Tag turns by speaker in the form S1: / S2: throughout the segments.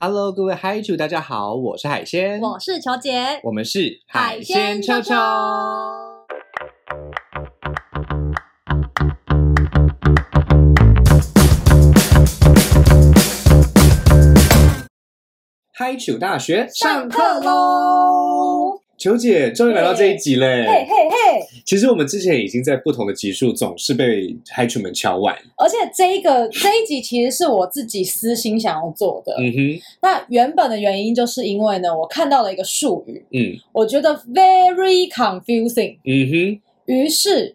S1: Hello，各位嗨主，大家好，我是海鲜，
S2: 我是球姐，
S1: 我们是
S2: 海鲜秋秋。
S1: 嗨主大学
S2: 上课喽！
S1: 球姐终于来到这一集嘞！
S2: 嘿嘿嘿！
S1: 其实我们之前已经在不同的集数总是被嗨主们敲碗，
S2: 而且这一个这一集其实是我自己私心想要做的。
S1: 嗯哼，
S2: 那原本的原因就是因为呢，我看到了一个术语，
S1: 嗯
S2: 我觉得 very confusing，
S1: 嗯哼，
S2: 于是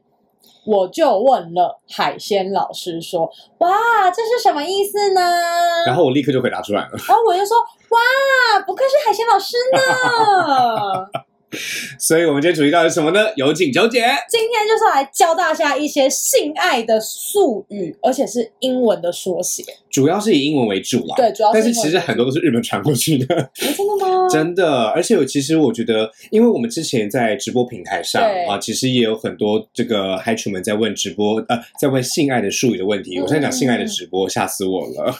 S2: 我就问了海鲜老师说：“哇，这是什么意思呢？”
S1: 然后我立刻就回答出来了。
S2: 然后我就说：“哇，不愧是海鲜老师呢！
S1: 所以我们今天主题到底是什么呢？有请球姐。
S2: 今天就是来教大家一些性爱的术语，而且是英文的缩写。
S1: 主要是以英文为主啦。
S2: 对主要是
S1: 但
S2: 英文
S1: 是其实很多都是日本传过去 的，
S2: 诶真的吗？
S1: 真的。而且我其实我觉得，因为我们之前在直播平台上
S2: 对
S1: 啊，其实也有很多这个嗨厨们在问直播呃，在问性爱的术语的问题。
S2: 嗯
S1: 我现在讲性爱的直播，吓死我了。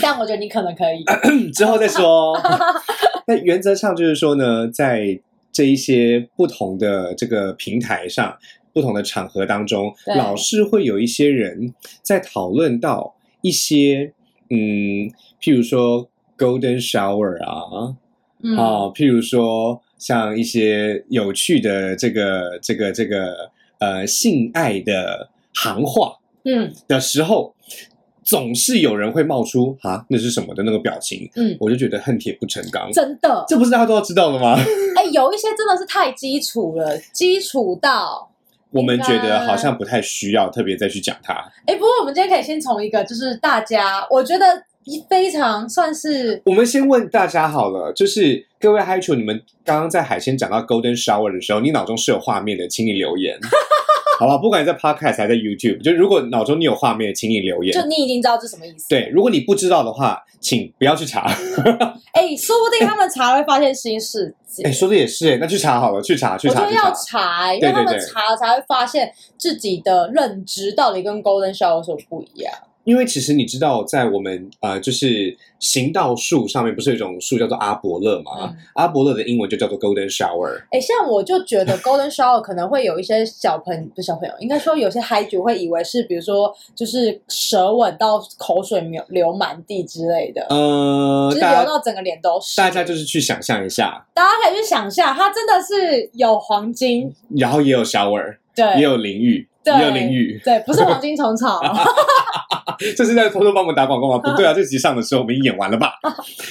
S2: 但我觉得你可能可 以。
S1: 之后再说。哦 那原则上就是说呢，在这一些不同的这个平台上、不同的场合当中，
S2: 对
S1: 老是会有一些人在讨论到一些，嗯，譬如说 golden shower 啊，
S2: 嗯，
S1: 啊，譬如说像一些有趣的这个、这个、这个呃性爱的行话
S2: 嗯
S1: 的时候。总是有人会冒出啊，那是什么的那个表情，
S2: 嗯，
S1: 我就觉得恨铁不成钢。
S2: 真的。
S1: 这不是大家都要知道的 吗？
S2: 哎、有一些真的是太基础了，基础到
S1: 我们觉得好像不太需要特别再去讲它。
S2: 哎、不过我们今天可以先从一个，就是大家我觉得非常算是
S1: 我们先问大家好了，就是各位嗨厨，你们刚刚在海鲜讲到 golden shower 的时候，你脑中是有画面的，请你留 言，好吧？不管你在 podcast 还是在 YouTube，就如果脑中你有画面，请你留
S2: 就
S1: 言。
S2: 你已经知道这什么意思。
S1: 对，如果你不知道的话，请不要去查。
S2: 哎、说不定他们查会发现新世界。
S1: 哎，说的也是，哎，那去查好了，去查，去
S2: 我觉
S1: 查，
S2: 得
S1: 去
S2: 要
S1: 查。
S2: 查、因
S1: 对
S2: 为
S1: 对
S2: 他们
S1: 对
S2: 查了才会发现自己的认知到底跟 Golden Shower 有什么不一样。
S1: 因为其实你知道，在我们呃，就是行道树上面不是有一种树叫做阿伯勒吗？
S2: 嗯
S1: 阿伯勒的英文就叫做 golden shower。
S2: 哎、像我就觉得 Golden Shower 可能会有一些小朋不是小朋友，应该说有些嗨主会以为是，比如说就是舌吻到口水流流满地之类的，
S1: 呃
S2: 就，是
S1: 大
S2: 流
S1: 家
S2: 到整个脸都是。
S1: 大家就是去想象一下，
S2: 大家可以去想象，它真的是有黄金，
S1: 然后也有 shower，
S2: 对，
S1: 嗯也有淋浴，
S2: 对
S1: 也有淋浴，
S2: 对，不是黄金 虫草，
S1: 这是在偷偷帮我们打广告吗？不对啊，这集上的时候我们已经演完了 吧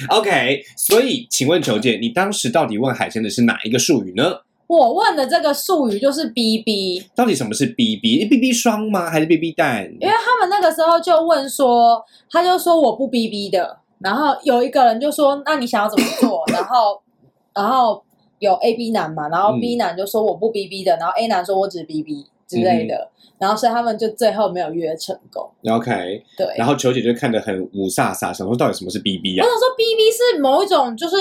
S1: ？OK，所以请问球姐，你当时到底问海鲜的是哪一个术语呢？
S2: 我问的这个术语就是 BB。
S1: 到底什么是 BB？BB 霜吗？还是 BB 蛋？
S2: 因为他们那个时候就问说，他就说我不逼逼的，然后有一个人就说，那你想要怎么做？然后， 然后有 A B 男嘛，然后
S1: 嗯
S2: B 男就说我不逼逼的，然后 A 男说我只逼逼之类的，
S1: 嗯
S2: 然后所以他们就最后没有约成功。
S1: OK，
S2: 对，
S1: 然后球姐就看得很五煞煞，想说到底什么是 BB
S2: 我
S1: 啊？
S2: 想说逼逼是某一种就是。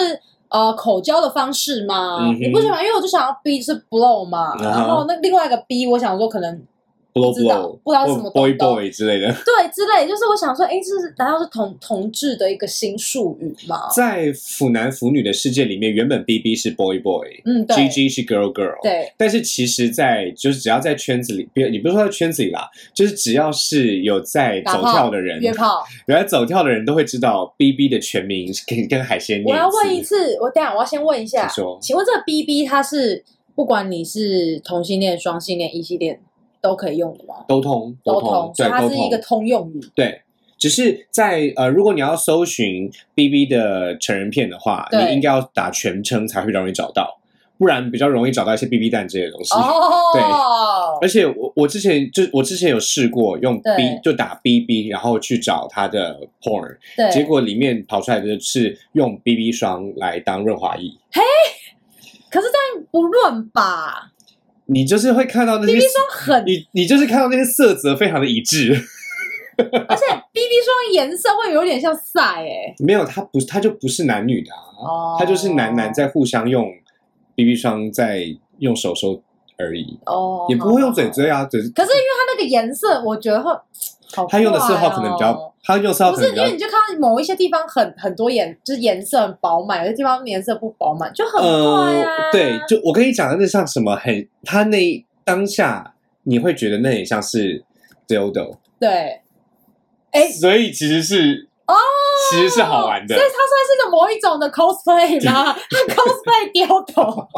S2: 呃，口交的方式吗？
S1: 嗯哼
S2: 你不喜欢，因为我就想要 B 是 blow 嘛，
S1: 啊哈
S2: 然后那另外一个 B，我想说可能
S1: blow
S2: 不知道
S1: blow，
S2: 不知道是什么
S1: boy
S2: 东东
S1: boy 之类的。
S2: 对之类，就是我想说，哎，这是难道是同同志的一个新术语吗？
S1: 在腐男腐女的世界里面，原本 BB 是 boy boy，
S2: 嗯，对
S1: g g 是 girl girl，。
S2: 对，
S1: 但是其实在，就是只要在圈子里，别你不是说在圈子里啦，就是只要是有在
S2: 打
S1: 走
S2: 炮
S1: 跳的人，
S2: 约炮。
S1: 有在走跳的人都会知道 BB 的全名跟跟海鲜
S2: 我
S1: 念
S2: 要问一
S1: 一次，
S2: 次，我等一下我要先问一下
S1: 你，说
S2: 请问这个 BB 它是不管你是同性恋、双性恋、异性恋都可以用的吗？
S1: 都通
S2: 都
S1: 通，
S2: 所
S1: 对
S2: 以它
S1: 都
S2: 是一个
S1: 通，
S2: 通用语。
S1: 对。只是在呃，如果你要搜寻 BB 的成人片的话，
S2: 对
S1: 你应该要打全称才会比较容易找到，不然比较容易找到一些 BB 蛋这些东西。
S2: 哦，
S1: 而且我我之前就我之前有试过用
S2: 对
S1: B 就打 BB，然后去找它的 porn，
S2: 对，
S1: 结果里面跑出来的是用 BB 霜来当润滑液，
S2: 可是这样不论吧
S1: 你就是会看到那些
S2: ，BB 霜很，
S1: 你你就是看到那些色泽非常的一致，
S2: 而且 BB 霜颜色会有点像晒哎，
S1: 没有，它不，它就不是男女的啊，
S2: 哦，
S1: 它就是男男在互相用 BB 霜在用手手而已，
S2: 哦，
S1: 也不会用嘴
S2: 好。好
S1: 嘴啊，嘴
S2: 可是因为它那个颜色，我觉得会好
S1: 他用的色号可能比较，
S2: 怪哦
S1: 他用的色号
S2: 不
S1: 可
S2: 是
S1: 能
S2: 因
S1: 比较
S2: 为你就看到某一些地方很很多颜，就是颜色很饱满，有些地方颜色不饱满，就很怪啊。
S1: 呃对，就我跟你讲，那像什么很，他那一当下你会觉得那很像是 dildo，
S2: 对，哎
S1: 所以其实是
S2: 哦，
S1: 其实是好玩的
S2: 所以。它算是一个某一种的 cosplay 吗？它 cosplay 雕狗，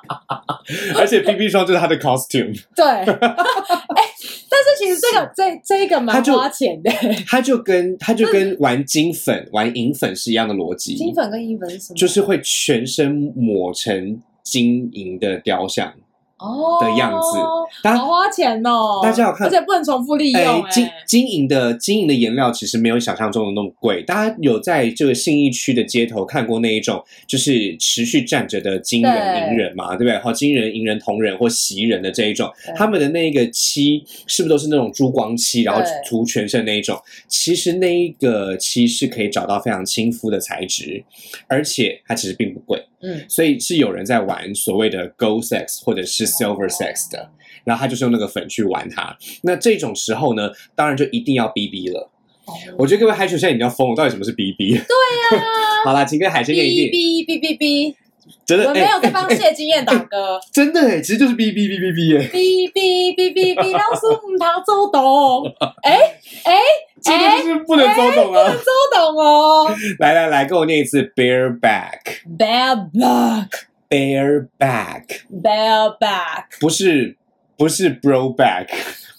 S1: 而且 BB 霜就是他的 costume，
S2: 对，哎、但是其实这个这这一个蛮
S1: 它就
S2: 花钱的，
S1: 他就跟他就跟玩金粉、玩银粉是一样的逻辑，
S2: 金粉跟银粉是什么？
S1: 就是会全身抹成金银的雕像。
S2: 哦
S1: 的样子大
S2: 好花钱哦！
S1: 大家有看
S2: 而且不能重复利用、哎、
S1: 金金银的金银的颜料其实没有想象中的那么贵。大家有在这个信义区的街头看过那一种就是持续站着的金人、
S2: 对
S1: 银人嘛，对不对？好，金人、银人、铜人或袭人的这一种
S2: 对，
S1: 他们的那个漆是不是都是那种珠光漆，然后
S2: 对
S1: 涂全身那一种？其实那一个漆是可以找到非常亲肤的材质，而且它其实并不贵，
S2: 嗯，
S1: 所以是有人在玩所谓的 gold sex 或者是 silver sex 的。然后他就是用那个粉去玩它。那这种时候呢，当然就一定要 BB 了。
S2: 哦。
S1: 我觉得各位海选现在已经要疯了，到底什么是 BB？
S2: 对啊，
S1: 好啦，请跟海鲜
S2: 哔
S1: 店一定
S2: 哔哔哔哔，
S1: 真的
S2: 我没
S1: 哎
S2: 有在帮谢金燕打 歌。
S1: 真的哎，其实就是 BB BB BB 哎，
S2: 哔哔哔哔哔，老鼠唔通哎走动，
S1: 这
S2: 哎
S1: 个就是不能周董啊！
S2: 走动哦。
S1: 来来来，跟我念一次啊 bareback
S2: Bad back,
S1: bareback，
S2: bad back，
S1: 不是不是 bro back，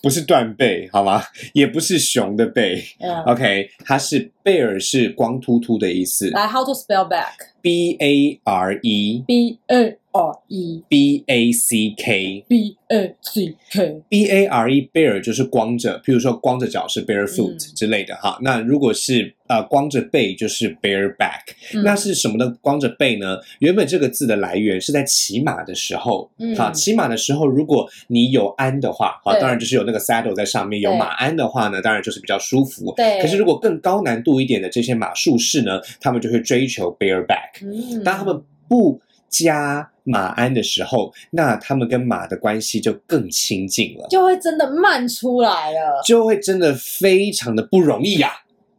S1: 不是断背好吗？也不是熊的背。
S2: 嗯，
S1: OK，它是贝尔是光秃秃的意思
S2: 来，How to spell back?
S1: ，B A R E
S2: B A R E
S1: B A C K。
S2: B A C K。
S1: B A R E bare 就是光着，譬如说光着脚是
S2: 嗯
S1: barefoot 之类的哈。那如果是呃光着背就是 bareback，、
S2: 嗯
S1: 那是什么呢？光着背呢？原本这个字的来源是在骑马的时候，
S2: 嗯
S1: 好，骑马的时候如果你有鞍的话，好，
S2: 对
S1: 当然就是有那个 saddle 在上面，有
S2: 对
S1: 马鞍的话呢，当然就是比较舒服。
S2: 对，
S1: 可是如果更高难度一点的这些马术士呢，他们就会追求 bareback。
S2: 嗯
S1: 当他们不加马鞍的时候，那他们跟马的关系就更亲近了，
S2: 就会真的漫出来了。
S1: 就会真的非常的不容易呀、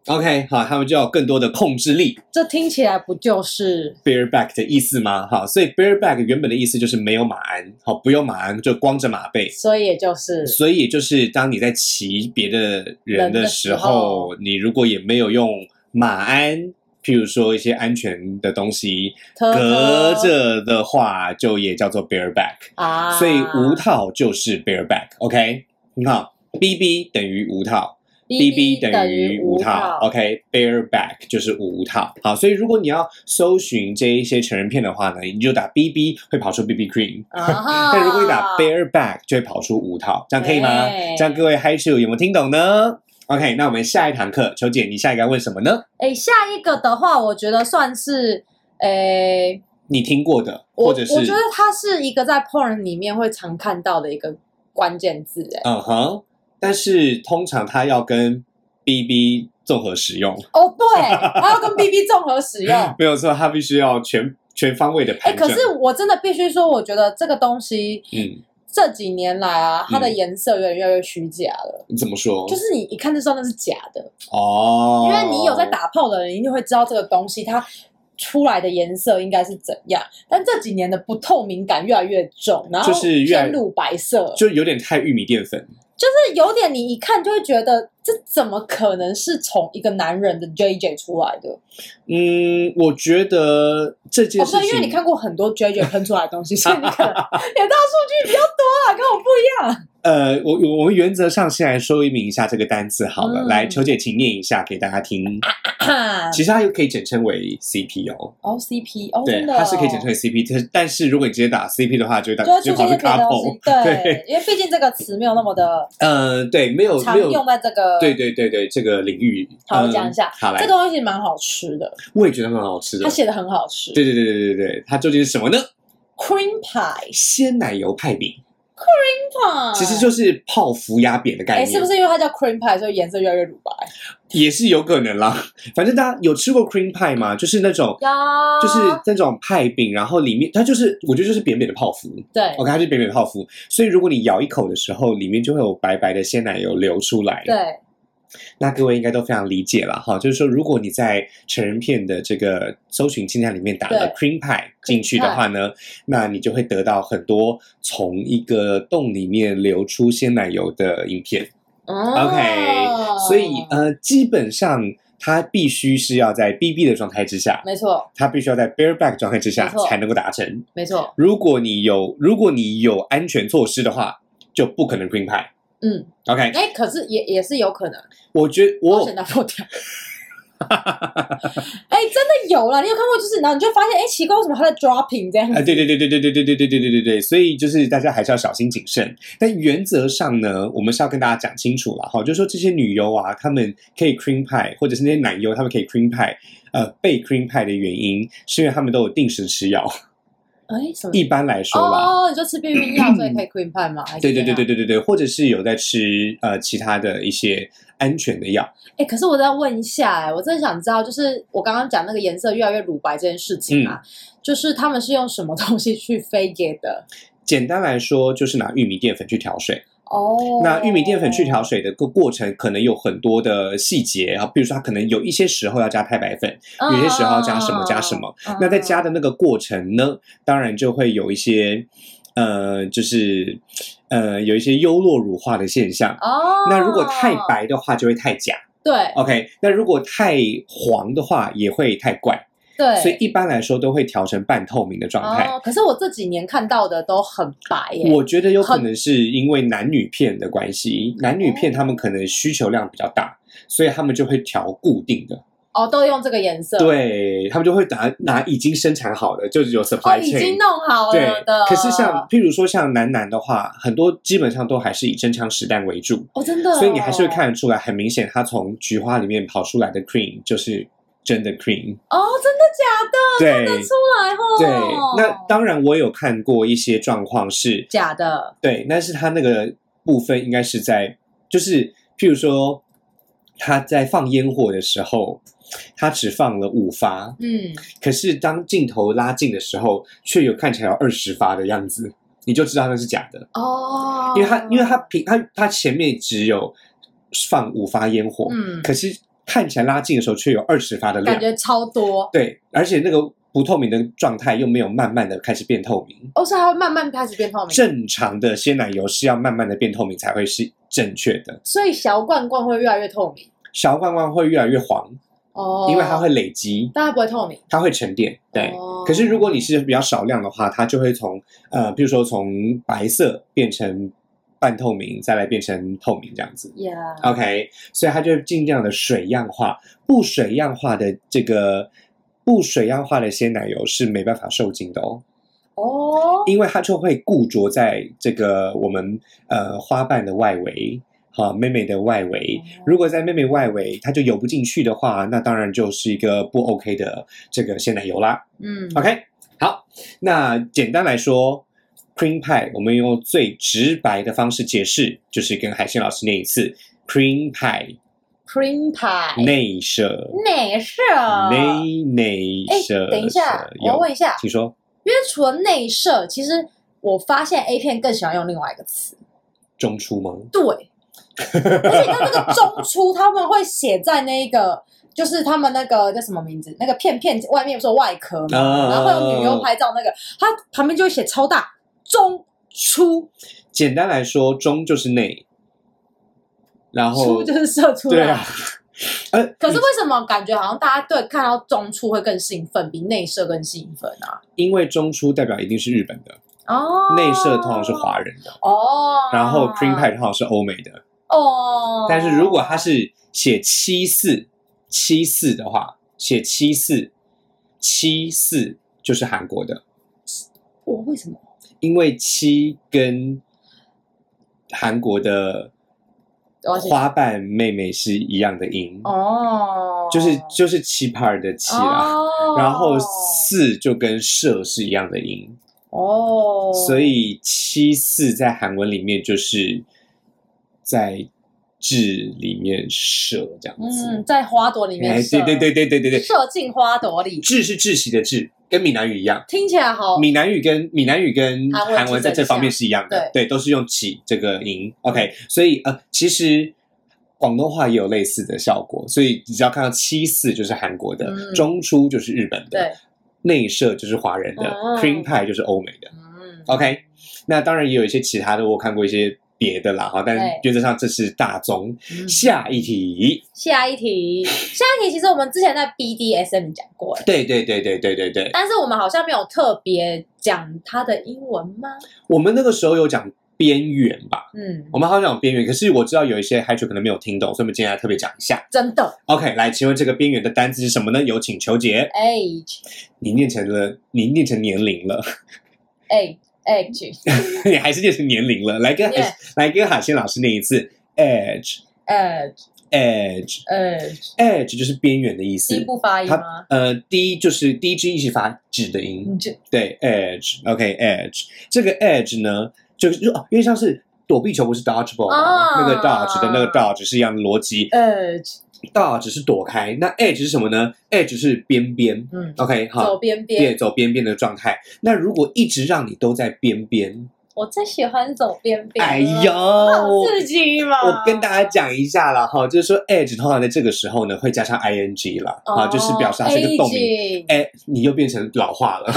S1: OK，好，他们就要更多的控制力
S2: 这听起来不就是
S1: ，bareback 的意思吗？好，所以 bareback 原本的意思就是没有马鞍，好，不用马鞍就光着马背。
S2: 所以也就是
S1: 所以就是当你在骑别的人的时候，你如果也没有用马鞍，譬如说一些安全的东西
S2: 特
S1: 隔着的话，就也叫做 bareback。
S2: 啊，
S1: 所以无套就是 bareback，OK？、你好，BB 等于无套
S2: BB
S1: 等于无
S2: 无
S1: 套，OK？bareback、就是无套。好，所以如果你要搜寻这一些成人片的话呢，你就打 BB 会跑出 BB cream，、
S2: 啊哈，
S1: 但 如果你打 bareback 就会跑出无套，这样可以吗？
S2: 对
S1: 这样各位嗨 i 有没有听懂呢？OK，那我们下一堂课，球姐你下一个要问什么呢？
S2: 哎，下一个的话，我觉得算是哎，
S1: 你听过的，
S2: 我
S1: 或者是
S2: 我觉得它是一个在 porn 里面会常看到的一个关键字，哎，
S1: 嗯哼，但是通常它要跟 BB 综合使用。
S2: 哦对，还要跟 BB 综合使用。
S1: 没有错，它必须要全全方位的
S2: 哎，
S1: 盘整。
S2: 可是我真的必须说，我觉得这个东西
S1: 嗯，
S2: 这几年来啊，它
S1: 嗯
S2: 的
S1: 哦
S2: 颜色有点越来越虚假了，
S1: 你怎么说？
S2: 就是你一看就知道那是假的。
S1: 哦，
S2: 因为你有在，打炮的人，一定会知道这个东西它出来的颜色应该是怎样。但这几年的不透明感越来越重，然后
S1: 就是越来
S2: 偏乳白色，就
S1: 就有点太玉米淀粉。
S2: 是有点你一看就会觉得这怎么可能是从一个男人的 JJ 出来的？
S1: 嗯，我觉得这件
S2: 哦，
S1: 事
S2: 所以因为
S1: 情，
S2: 你看过很多 JJ 喷出来的东西，所以你 可能也大数据比较多啊，跟我不一样。
S1: 呃，我我我们原则上先来说明一下这个单词好了。
S2: 嗯啊
S1: 来，球姐，请念一下给大家听。其实它又可以简称为 CP 哦，
S2: 哦，CP 哦，
S1: 对，
S2: 真的、哦，
S1: 它是可以简称为 CP，但是但是如果你直接打 CP 的话，就会打
S2: 就会出
S1: 就跑
S2: 现
S1: 出
S2: 一些别的东
S1: couple
S2: 西，。对，因为毕竟这个词没有那么的
S1: 呃，对，没有
S2: 常
S1: 没有，
S2: 用在这个
S1: 对对对对，这个领域。
S2: 好，我
S1: 嗯
S2: 讲一下，
S1: 好来
S2: 这个，东西蛮好吃的，
S1: 我也觉得很好吃的
S2: 它。写的很好吃。
S1: 对对对对对对，它究竟是什么呢？
S2: ，cream pie，cream
S1: 鲜奶油派饼，
S2: pie，
S1: 其实就是泡芙压扁的概
S2: 嗯哎，
S1: 念，
S2: 是不是因为它叫 cream pie，所以颜色越来越乳白？
S1: 也是有可能啦。 反正大家有吃过 cream pie 吗？就是那种。
S2: 呀
S1: 就是那种派饼，然后里面它就是，我觉得就是扁扁的泡芙。
S2: 对
S1: OK，它就是扁扁的泡芙，所以如果你咬一口的时候，里面就会有白白的鲜奶油流出来。
S2: 对，
S1: 那各位应该都非常理解了哈，就是说，如果你在成人片的这个搜寻清单里面打了 cream pie 进去的话呢，那你就会得到很多从一个洞里面流出鲜奶油的影片。
S2: 嗯哦
S1: OK，所以呃，基本上它必须是要在 BB 的状态之下，
S2: 没错，
S1: 它必须要在 bareback 状态之下
S2: 没错
S1: 才能够达成。
S2: 没错，
S1: 如果你有如果你有安全措施的话，就不可能 green pie。
S2: 嗯，
S1: OK，
S2: 哎，可是也也是有可能，
S1: 我觉得
S2: 保
S1: 我
S2: 险到破掉。哎，真的有啦！你有看过，就是然后你就发现，哎，奇怪，为什么它在 dropping 这样
S1: 啊，
S2: 子？
S1: 对对对对对对对对对对对对对，所以就是大家还是要小心谨慎。但原则上呢，我们是要跟大家讲清楚了哈，就是说这些女优啊，她们可以 cream pie，或者是那些男优，他们可以 cream pie，呃，被 cream pie 的原因是因为他们都有定时吃药。
S2: 哎，什么？
S1: 一般来说啦，
S2: 哦，你说吃避孕药所以可以 cream pie 吗？还是
S1: 对对
S2: 怎
S1: 对
S2: 样
S1: 对对对对，或者是有在吃呃其他的一些安全的药。
S2: 哎、可是我要问一下、哎，我真的想知道，就是我刚刚讲那个颜色越来越乳白这件事情
S1: 嗯
S2: 啊，就是他们是用什么东西去飞给的？
S1: 简单来说，就是拿玉米淀粉去调水。
S2: 哦，
S1: 那玉米淀粉去调水的过过程，可能有很多的细节啊，比如说它可能有一些时候要加太白粉，
S2: 嗯，
S1: 有些时候要加什么加什么。
S2: 嗯，
S1: 那在加的那个过程呢，当然就会有一些，呃，就是呃，有一些优酪乳化的现象。
S2: 哦，
S1: 那如果太，白哦的话，就会太假。
S2: 对
S1: OK，那如果太黄的话，也会太怪。
S2: 对，
S1: 所以一般来说都会调成半透明的状态。
S2: 哦，可是我这几年看到的都很白耶、
S1: 我觉得有可能是因为男女片的关系，
S2: 哦
S1: 男女片他们可能需求量比较大，所以他们就会调固定的，
S2: 哦，都用这个颜色，，
S1: 对他们就会拿拿已经生产好的，就是有
S2: 哦，
S1: supply
S2: 已经
S1: chain。
S2: 弄好
S1: 对
S2: 了的，，
S1: 可是像譬如说像男男的话，很多基本上都还是以真枪实弹为主，
S2: 哦，真的、
S1: 所以你还是会看得出来，很明显他从菊花里面跑出来的 cream 就是真的 cream。
S2: 哦，真的假的？
S1: 对
S2: 看得出来哦，
S1: 对，那当然我有看过一些状况是，
S2: 假的，
S1: 对，但是他那个部分应该是在，就是譬如说他在放烟火的时候，他只放了五发，
S2: 嗯，
S1: 可是当镜头拉近的时候，却有看起来有二十发的样子，你就知道那是假的，
S2: 哦，
S1: 因为他因为他平他他前面只有放五发烟火，
S2: 嗯
S1: 可是看起来拉近的时候却有二十发的
S2: 感
S1: 量，
S2: 觉超多，
S1: 对，而且那个不透明的状态又没有慢慢的开始变透明。
S2: 哦，所以它会慢慢开始变透明。
S1: 正常的鲜奶油是要慢慢的变透明才会是正确的，
S2: 所以小罐罐会越来越透明
S1: 小罐罐会越来越黄，
S2: 哦，
S1: 因为它会，累积，
S2: 但它不会透明。
S1: 它会沉淀。对，
S2: 哦
S1: 可是如果你是比较少量的话，它就会从呃，比如说从白色变成半透明，再来变成透明这样子。
S2: 呀
S1: OK，所以它就尽量的水样化，不水样化的这个不水样化的鲜奶油是没办法受精的哦。
S2: 哦，
S1: 因为它就会固着在这个我们呃花瓣的外围，哈、妹妹的外围。
S2: 哦
S1: 如果在妹妹外围它就游不进去的话，那当然就是一个不 OK 的这个鲜奶油啦。
S2: 嗯
S1: OK，好，那简单来说，cream pie 我们用最直白的方式解释，就是跟海鲜老师念一次，cream pie
S2: ，cream pie
S1: 内射，
S2: 内射，
S1: 嗯内内
S2: 哦哎
S1: 射。，
S2: 等一下
S1: 射，
S2: 我要
S1: 有
S2: 问一下，
S1: 请说，
S2: 因为除了内射，其实我发现 A 片更喜欢用另外一个词，
S1: 中出吗？
S2: 对，而且它那个中出他们会写在那个。就是他们那个叫什么名字？那个片片外面不是有外壳嘛，
S1: 啊
S2: 然后会有女优拍照那个，它旁边就会写超大中出，
S1: 简单来说，中就是内，然后
S2: 出就是射出来。
S1: 对啊， 呃，
S2: 可是为什么感觉好像大家对看到中出会更兴奋，比内射更兴奋啊？
S1: 因为中出代表一定是日本的，
S2: 哦，
S1: 内射通常是华人的，
S2: 哦，
S1: 然后 cream pie 通常是欧美的。
S2: 哦，
S1: 但是如果他是写七四七四的话，写七四七四就是韩国的，
S2: 我为什么
S1: 因为七跟韩国的
S2: 我要去
S1: 花瓣妹妹是一样的音，
S2: 哦，
S1: 就是就是七 part 的七啦。
S2: 哦
S1: 然后四就跟射是一样的音，
S2: 哦，
S1: 所以七四在韩文里面就是在字里面射这样
S2: 嗯，
S1: 子。
S2: 在花朵里面
S1: 哎，
S2: 射，
S1: 对对对对对对对，
S2: 射进花朵里，
S1: 字是窒息的字，跟闽南语一样。
S2: 听起来好
S1: 闽南语跟闽南语跟
S2: 哦韩文
S1: 韩文在这方面是一样的，对，都是用起这个音。OK，所以呃，其实广东话也有类似的效果，所以你只要看到七四就是韩国的，
S2: 嗯
S1: 中出就是日本的，
S2: 对，
S1: 内射就是华人的、
S2: 哦
S1: c r e a m pie 就是欧美的。
S2: 嗯，
S1: OK，那当然也有一些其他的，我有看过一些别的啦哈，但
S2: 对
S1: 原则上这是大宗。
S2: 嗯
S1: 下一题，
S2: 下一题，下一题其实我们之前在 BDSM 讲过了，
S1: 对对对对对对对，
S2: 但是我们好像没有特别讲它的英文吗？
S1: 我们那个时候有讲边缘吧，
S2: 嗯，
S1: 我们好像讲边缘，可是我知道有一些 h i 可能没有听懂，所以我们今天来特别讲一下。
S2: 真的
S1: OK，来，请问这个边缘的单字是什么呢？有请求解。
S2: ，age
S1: 你念成了，你念成年龄了，
S2: age age
S1: 你还是念成年龄了。来跟海
S2: Yeah
S1: 来跟海鲜老师念一次，edge
S2: age
S1: edge
S2: age，
S1: edge 就是边缘的意思
S2: 西。部呃发音
S1: 它
S2: 吗？
S1: 呃，第一就是第一只一起发指的音，
S2: 你这
S1: 对，edge，OK，edge，、这个 edge 呢，就是就哦，因为像是躲避球不是 dodgeball 吗？
S2: 啊
S1: 那个 dodge 的那个 dodge 是一样的逻辑
S2: age，
S1: ，dodge 是躲开，那 edge 是什么呢？edge 是边边
S2: 嗯，
S1: ，OK，好
S2: 走，边
S1: 对，
S2: 边，
S1: 走边边的状态。那如果一直让你都在边边，
S2: 我最喜欢走边边哦了，
S1: 哎呦，
S2: 好刺激嘛！
S1: 我跟大家讲一下啦，哈，就是说 edge 通常在这个时候呢会加上 ing 啦，
S2: 哦
S1: 啊、就是表示它是一个动名。
S2: 名。
S1: 哎，你又变成老化 了，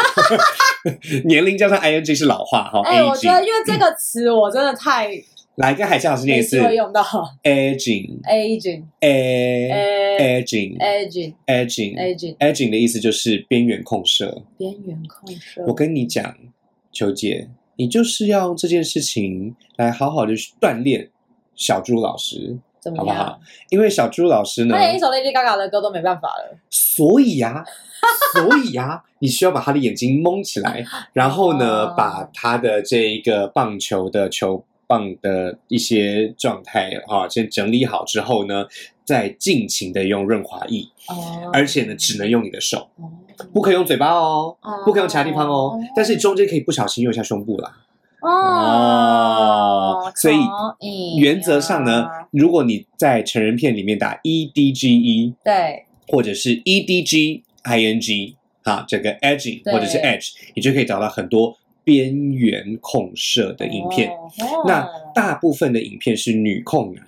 S1: 年龄加上 ing 是老化哈。
S2: 哎、我觉
S1: aging
S2: 得因为这个词我真的太
S1: 嗯来跟海象老师念
S2: 没
S1: 一次
S2: 机会用到
S1: aging
S2: aging
S1: a
S2: 哎 a
S1: aging
S2: aging
S1: aging
S2: aging
S1: aging 的意思就是边缘控射。
S2: 边缘控射。
S1: 我跟你讲，球姐，你就是要用这件事情来好好的锻炼小猪老师，
S2: 怎
S1: 好
S2: 么
S1: 不
S2: 样？
S1: 好？因为小猪老师呢
S2: 他，连一首 Lady Gaga 的歌都没办法了。
S1: 所以 呀、所以呀、你需要把他的眼睛蒙起 来，然后呢，
S2: 哦
S1: 把他的这一个棒球的球棒的一些状态啊，先整理好之后呢，再尽情的用润滑液，
S2: 哦
S1: 而且呢，只能用你的手，
S2: 哦
S1: 不可以用嘴巴哦。
S2: 哦
S1: 不可以用其他地方哦，但是中间可以不小心用一下胸部啦。
S2: 哦
S1: 哦，所以
S2: 可以
S1: 原则上呢
S2: 呀，
S1: 如果你在成人片里面打 E D G E，
S2: 对
S1: 或者是 E D G I N G 啊，这个 edging
S2: 对
S1: 或者是 edge，你就可以找到很多边缘控射的影片。
S2: 哦
S1: 那大部分的影片是女控男，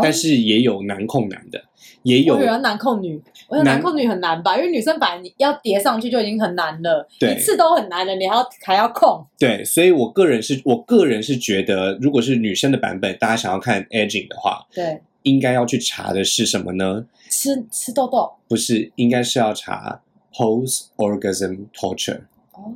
S1: 但是也有男控男的，也
S2: 哦
S1: 有
S2: 我以为男控女，我觉得
S1: 男
S2: 男控女很难吧，因为女生本来你要叠上去就已经很难了，
S1: 对
S2: 一次都很难了，你还要还要控。
S1: 对。所以我个人是我个人是觉得，如果是女生的版本，大家想要看 edging 的话，
S2: 对，
S1: 应该要去查的是什么呢？
S2: 吃吃痘痘。
S1: 不是，应该是要查 post orgasm torture，
S2: 哦，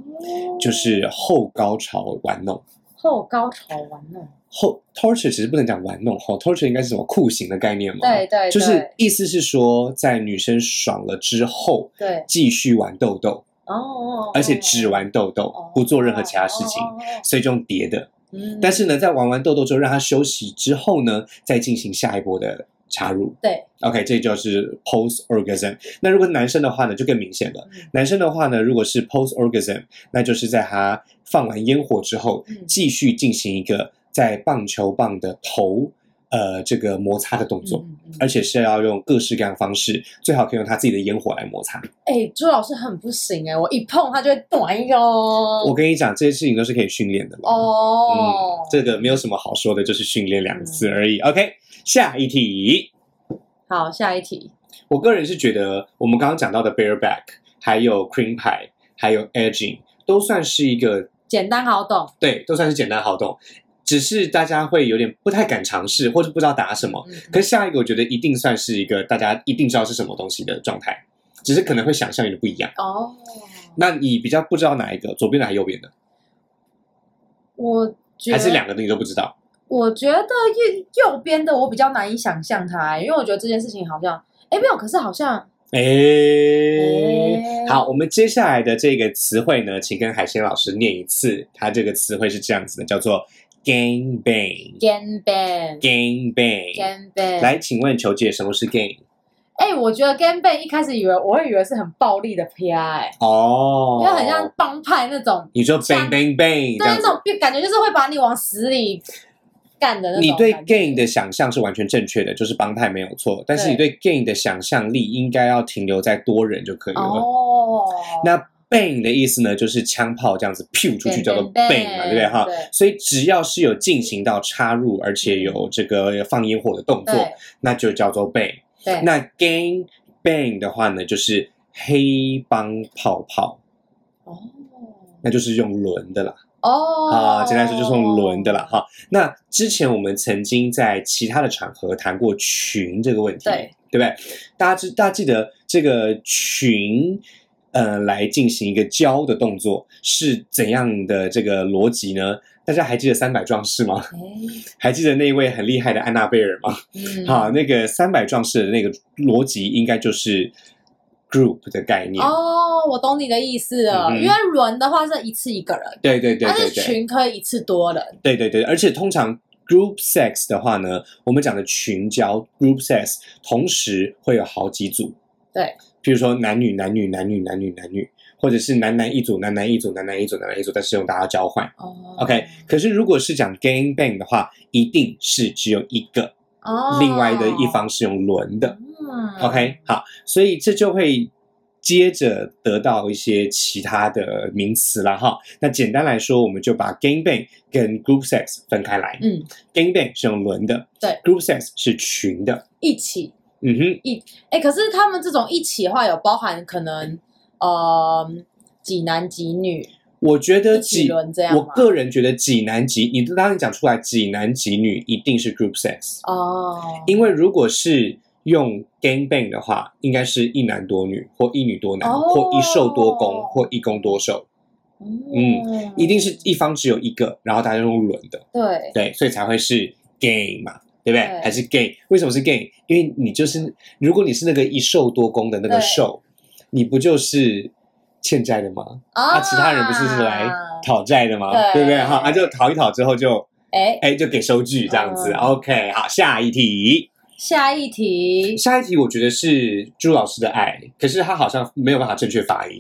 S1: 就是后高潮玩弄。
S2: 后高潮玩弄。
S1: 后 torture 其实不能讲玩弄，后 torture 应该是什么酷刑的概念嘛？
S2: 对对，
S1: 就是
S2: 对
S1: 意思是说，在女生爽了之后，
S2: 对
S1: 继续玩痘痘，
S2: 哦哦，哦
S1: 而且只玩痘痘
S2: 哦，
S1: 不做任何其他事情，
S2: 哦哦哦
S1: 所以就用叠的。
S2: 嗯
S1: 但是呢，在玩完痘痘之后，让她休息之后呢，再进行下一波的插入。
S2: 对，
S1: OK，这就是 post orgasm。那如果是男生的话呢，就更明显了。
S2: 嗯
S1: 男生的话呢，如果是 post orgasm，那就是在他放完烟火之后
S2: 嗯，
S1: 继续进行一个在棒球棒的头呃这个摩擦的动作，
S2: 嗯嗯嗯
S1: 而且是要用各式各样的方式，最好可以用他自己的烟火来摩擦。
S2: 哎，朱老师很不行哎，我一碰他就会断哎呦。
S1: 我跟你讲，这些事情都是可以训练的。，
S2: 哦，
S1: 这个没有什么好说的，就是训练两个
S2: 嗯
S1: 字而已。OK，下一题，
S2: 好，下一题。
S1: 我个人是觉得我们刚刚讲到的 bareback，还有 cream pie，还有 edging，都算是一个
S2: 简单好懂，
S1: 对，都算是简单好懂，只是大家会有点不太敢尝试，或是不知道打什么。
S2: 嗯嗯
S1: 哦可是下一个，我觉得一定算是一个大家一定知道是什么东西的状态，只是可能会想象有点不一样。
S2: 哦，
S1: 那你比较不知道哪一个，左边的还是右边的，
S2: 我觉
S1: 还是
S2: 得，
S1: 两个你都不知道？
S2: 我觉得右右边的我比较难以想象它，因为我觉得这件事情好像，哎，没有，可是好像，
S1: 哎、
S2: 哎
S1: 好，我们接下来的这个词汇呢，请跟海鲜老师念一次，它这个词汇是这样子的，叫做 gang bang。
S2: 干杯，
S1: gang bang。
S2: 干杯，
S1: 来，请问球姐，什么是 gang？
S2: 哎、我觉得 g a m b a n 一开始以为我会以为是很暴力的 PI，、哎
S1: 哦，
S2: 因为很像帮派那种，
S1: 你说 bang
S2: 像
S1: bang bang
S2: 对
S1: 这样
S2: 那
S1: 子
S2: 种。感觉就是会把你往死里干的那种。
S1: 你对 gain 的，想象是完全正确的，就是帮派没有错，但是你对 gain 的想象力应该要停留在多人就可以了。
S2: 哦，
S1: 那 bang 的意思呢，就是枪炮这样子 p 出去叫做
S2: bang，
S1: bang 嘛，对不对哈
S2: 对？嗯
S1: 所以只要是有进行到插入，而且有这个放烟火的动作
S2: 对，
S1: 那就叫做 bang。
S2: 对，
S1: 那 gang bang 的话呢，就是黑帮泡泡，
S2: 哦
S1: 那就是用轮的啦。
S2: 哦，
S1: 啊，简单来说就是用轮的啦。哈。那之前我们曾经在其他的场合谈过群这个问题，
S2: 对
S1: 对不对？大家知大家记得这个群，呃，来进行一个教的动作是怎样的这个逻辑呢？大家还记得三百壮士吗？
S2: 哎。
S1: 还记得那位很厉害的安娜贝尔吗？
S2: 嗯，
S1: 哈，那个三百壮士的那个逻辑应该就是 group 的概念。
S2: 哦，我懂你的意思了。
S1: 嗯哼
S2: 因为轮的话是一次一个人，
S1: 对对对
S2: 但
S1: 对
S2: 是
S1: 对。
S2: 群可以一次多人。
S1: 对对对，而且通常 group sex 的话呢，我们讲的群交 group sex，同时会有好几组。
S2: 对，
S1: 譬如说男女男女男女男女男女，或者是男男一组男男一组男男一组男男一组，但是用大家交换。
S2: 哦
S1: OK，可是如果是讲 gang bang 的话，一定是只有一个，
S2: 哦，
S1: 另外的一方是用轮的。
S2: 嗯
S1: OK，好，所以这就会接着得到一些其他的名词了哈。那简单来说，我们就把 gang bang 跟 group sex 分开来。
S2: 嗯
S1: ，gang bang 是用轮的，
S2: 对
S1: ，group sex 是群的。
S2: 一起。
S1: 嗯哼，
S2: 哎、可是他们这种一起的话，有包含可能呃几男几女
S1: 我觉得
S2: 一起
S1: 几，
S2: 轮这样
S1: 我
S2: 吗？
S1: 个人觉得几男几，你当然讲出来几男几女一定是 group sex，
S2: 哦，
S1: 因为如果是用 gang bang 的话，应该是一男多女，或一女多男，
S2: 哦
S1: 或一受多攻，或一攻多受，
S2: 嗯
S1: 一定是一方只有一个，然后大家用轮的。
S2: 对
S1: 对，所以才会是 gay 嘛，对不对？
S2: 对
S1: 还是 gay？为什么是 gay？因为你就是，如果你是那个一瘦多功的那个
S2: 对
S1: 瘦，你不就是欠债的吗？
S2: 啊
S1: 啊，其他人不是是来讨债的吗？
S2: 对
S1: 对不对？哈，啊，就讨一讨之后就，
S2: 哎、
S1: 哎，就给收据这样子。
S2: 嗯
S1: OK，好，下一题，
S2: 下一题
S1: 下一题我觉得是朱老师的爱，可是他好像没有办法正确发音。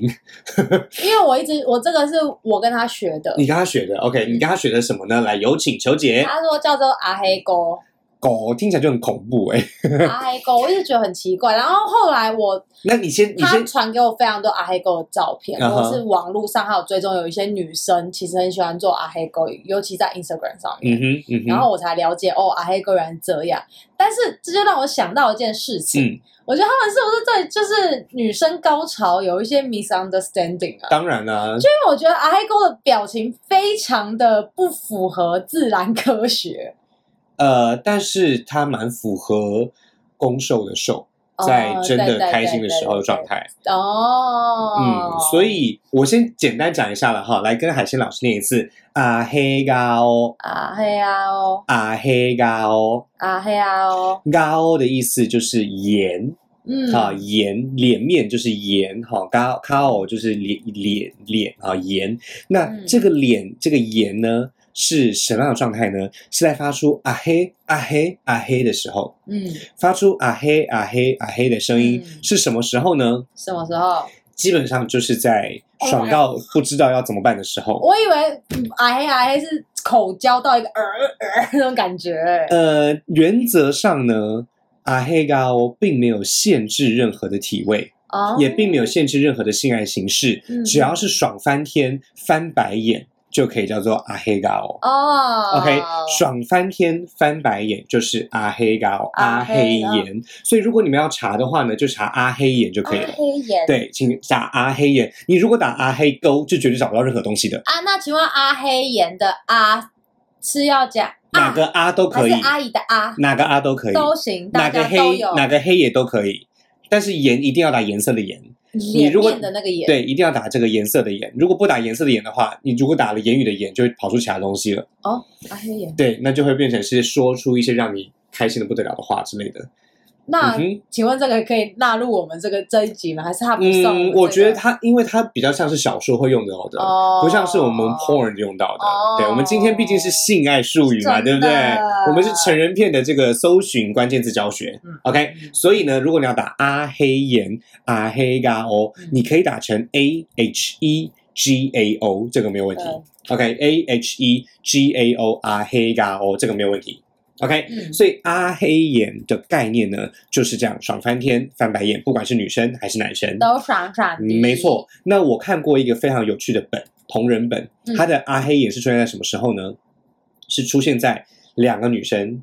S2: 因为我一直我这个是我跟他学的，
S1: 你跟他哎学的，OK？你跟他学的什么呢？来，有请求解。
S2: 他说叫做阿黑 沟，
S1: 狗听起来就很恐怖哎、
S2: 阿黑沟，我一直觉得很奇怪。然后后来我
S1: 那你先，你
S2: 他
S1: 先
S2: 传给我非常多阿黑沟的照片，
S1: 嗯
S2: 或
S1: 哼
S2: 者是网络上还有追踪有一些女生其实很喜欢做阿黑沟，尤其在 Instagram 上面。
S1: 嗯哼，嗯哼，
S2: 然后我才了解哦，阿黑哥原来这样。但是这就让我想到一件事情，
S1: 嗯
S2: 我觉得他们是不是对就是女生高潮有一些 misunderstanding 啊？
S1: 当然啦、
S2: 就因为我觉得阿黑哥的表情非常的不符合自然科学，
S1: 呃，但是它蛮符合攻受的受，在
S2: 哦
S1: 真
S2: 对
S1: 的
S2: 对
S1: 开
S2: 对
S1: 心的
S2: 对
S1: 时候的
S2: 对
S1: 状态。
S2: 哦，
S1: 嗯，所以我先简单讲一下了哈，来跟海鲜老师念一次啊嘿嘎哦，
S2: 阿黑啊哦，
S1: 啊嘿嘎哦，
S2: 阿黑啊哦，
S1: 嘎哦的意思就是颜
S2: 嗯，
S1: 哈，颜啊脸面就是颜哈，嘎嘎哦就是脸脸脸啊颜。那
S2: 嗯
S1: 这个脸这个颜呢？是什么样的状态呢？是在发出啊嘿啊嘿啊嘿的时候，
S2: 嗯，
S1: 发出啊嘿啊嘿啊嘿的声音、
S2: 嗯
S1: 是什么时候呢？
S2: 什么时候？
S1: 基本上就是在爽到不知道要怎么办的时候。
S2: 我以为嗯阿黑阿黑是口交到一个呃呃那种感觉、
S1: 呃，原则上呢，啊嘿嘎哦并没有限制任何的体位，
S2: 哦，
S1: 也并没有限制任何的性爱形式，
S2: 嗯
S1: 只要是爽翻天、翻白眼就可以叫做啊嘿嘎哦。
S2: 哦
S1: OK，爽翻天、翻白眼就是阿黑嘎哦，阿
S2: 阿
S1: 黑
S2: 黑
S1: 眼。所以如果你们要查的话呢，就查阿黑眼就可以了
S2: 阿。黑眼。
S1: 对，请打阿黑眼。你如果打阿黑勾，就绝对找不到任何东西的，
S2: 啊，那请问阿黑眼的阿是要讲
S1: 哪
S2: 啊，
S1: 个阿都
S2: 还
S1: 可以
S2: 是，阿姨的阿
S1: 哪个阿都可以，
S2: 都行，
S1: 哪
S2: 大
S1: 个
S2: 家都
S1: 黑
S2: 有
S1: 哪个黑也都可以。但是颜一定要打颜色的颜，
S2: 脸
S1: 如果
S2: 面的那个眼，
S1: 对，一定要打这个颜色的颜。如果不打颜色的颜的话，你如果打了言语的言，就会跑出其他东西了。
S2: 阿黑眼。
S1: 对，那就会变成是说出一些让你开心的不得了的话之类的。
S2: 那
S1: 嗯
S2: 请问这个可以纳入我们这个这一集吗？还是他
S1: 哼，
S2: 不送？
S1: 嗯，我觉得它，因为它比较像是小说会用到的，
S2: 哦，
S1: 不像是我们 porn 用到的。
S2: 哦
S1: 对，我们今天毕竟是性爱术语嘛，对不
S2: 真的
S1: 对？我们是成人片的这个搜寻关键字教学。
S2: 嗯
S1: OK，所以呢，如果你要打阿黑岩、阿黑嘎哦，
S2: 嗯
S1: 你可以打成 A H E。G A O 这个没有问题
S2: 嗯
S1: ，OK，A H E G A O R 黑嘎 O 这个没有问题 OK，、
S2: 嗯
S1: 所以阿黑眼的概念呢就是这样，爽翻天、翻白眼，不管是女生还是男生，
S2: 都爽爽的。
S1: 嗯没错。那我看过一个非常有趣的本，同人本，
S2: 嗯
S1: 它的阿黑眼是出现在什么时候呢？是出现在两个女生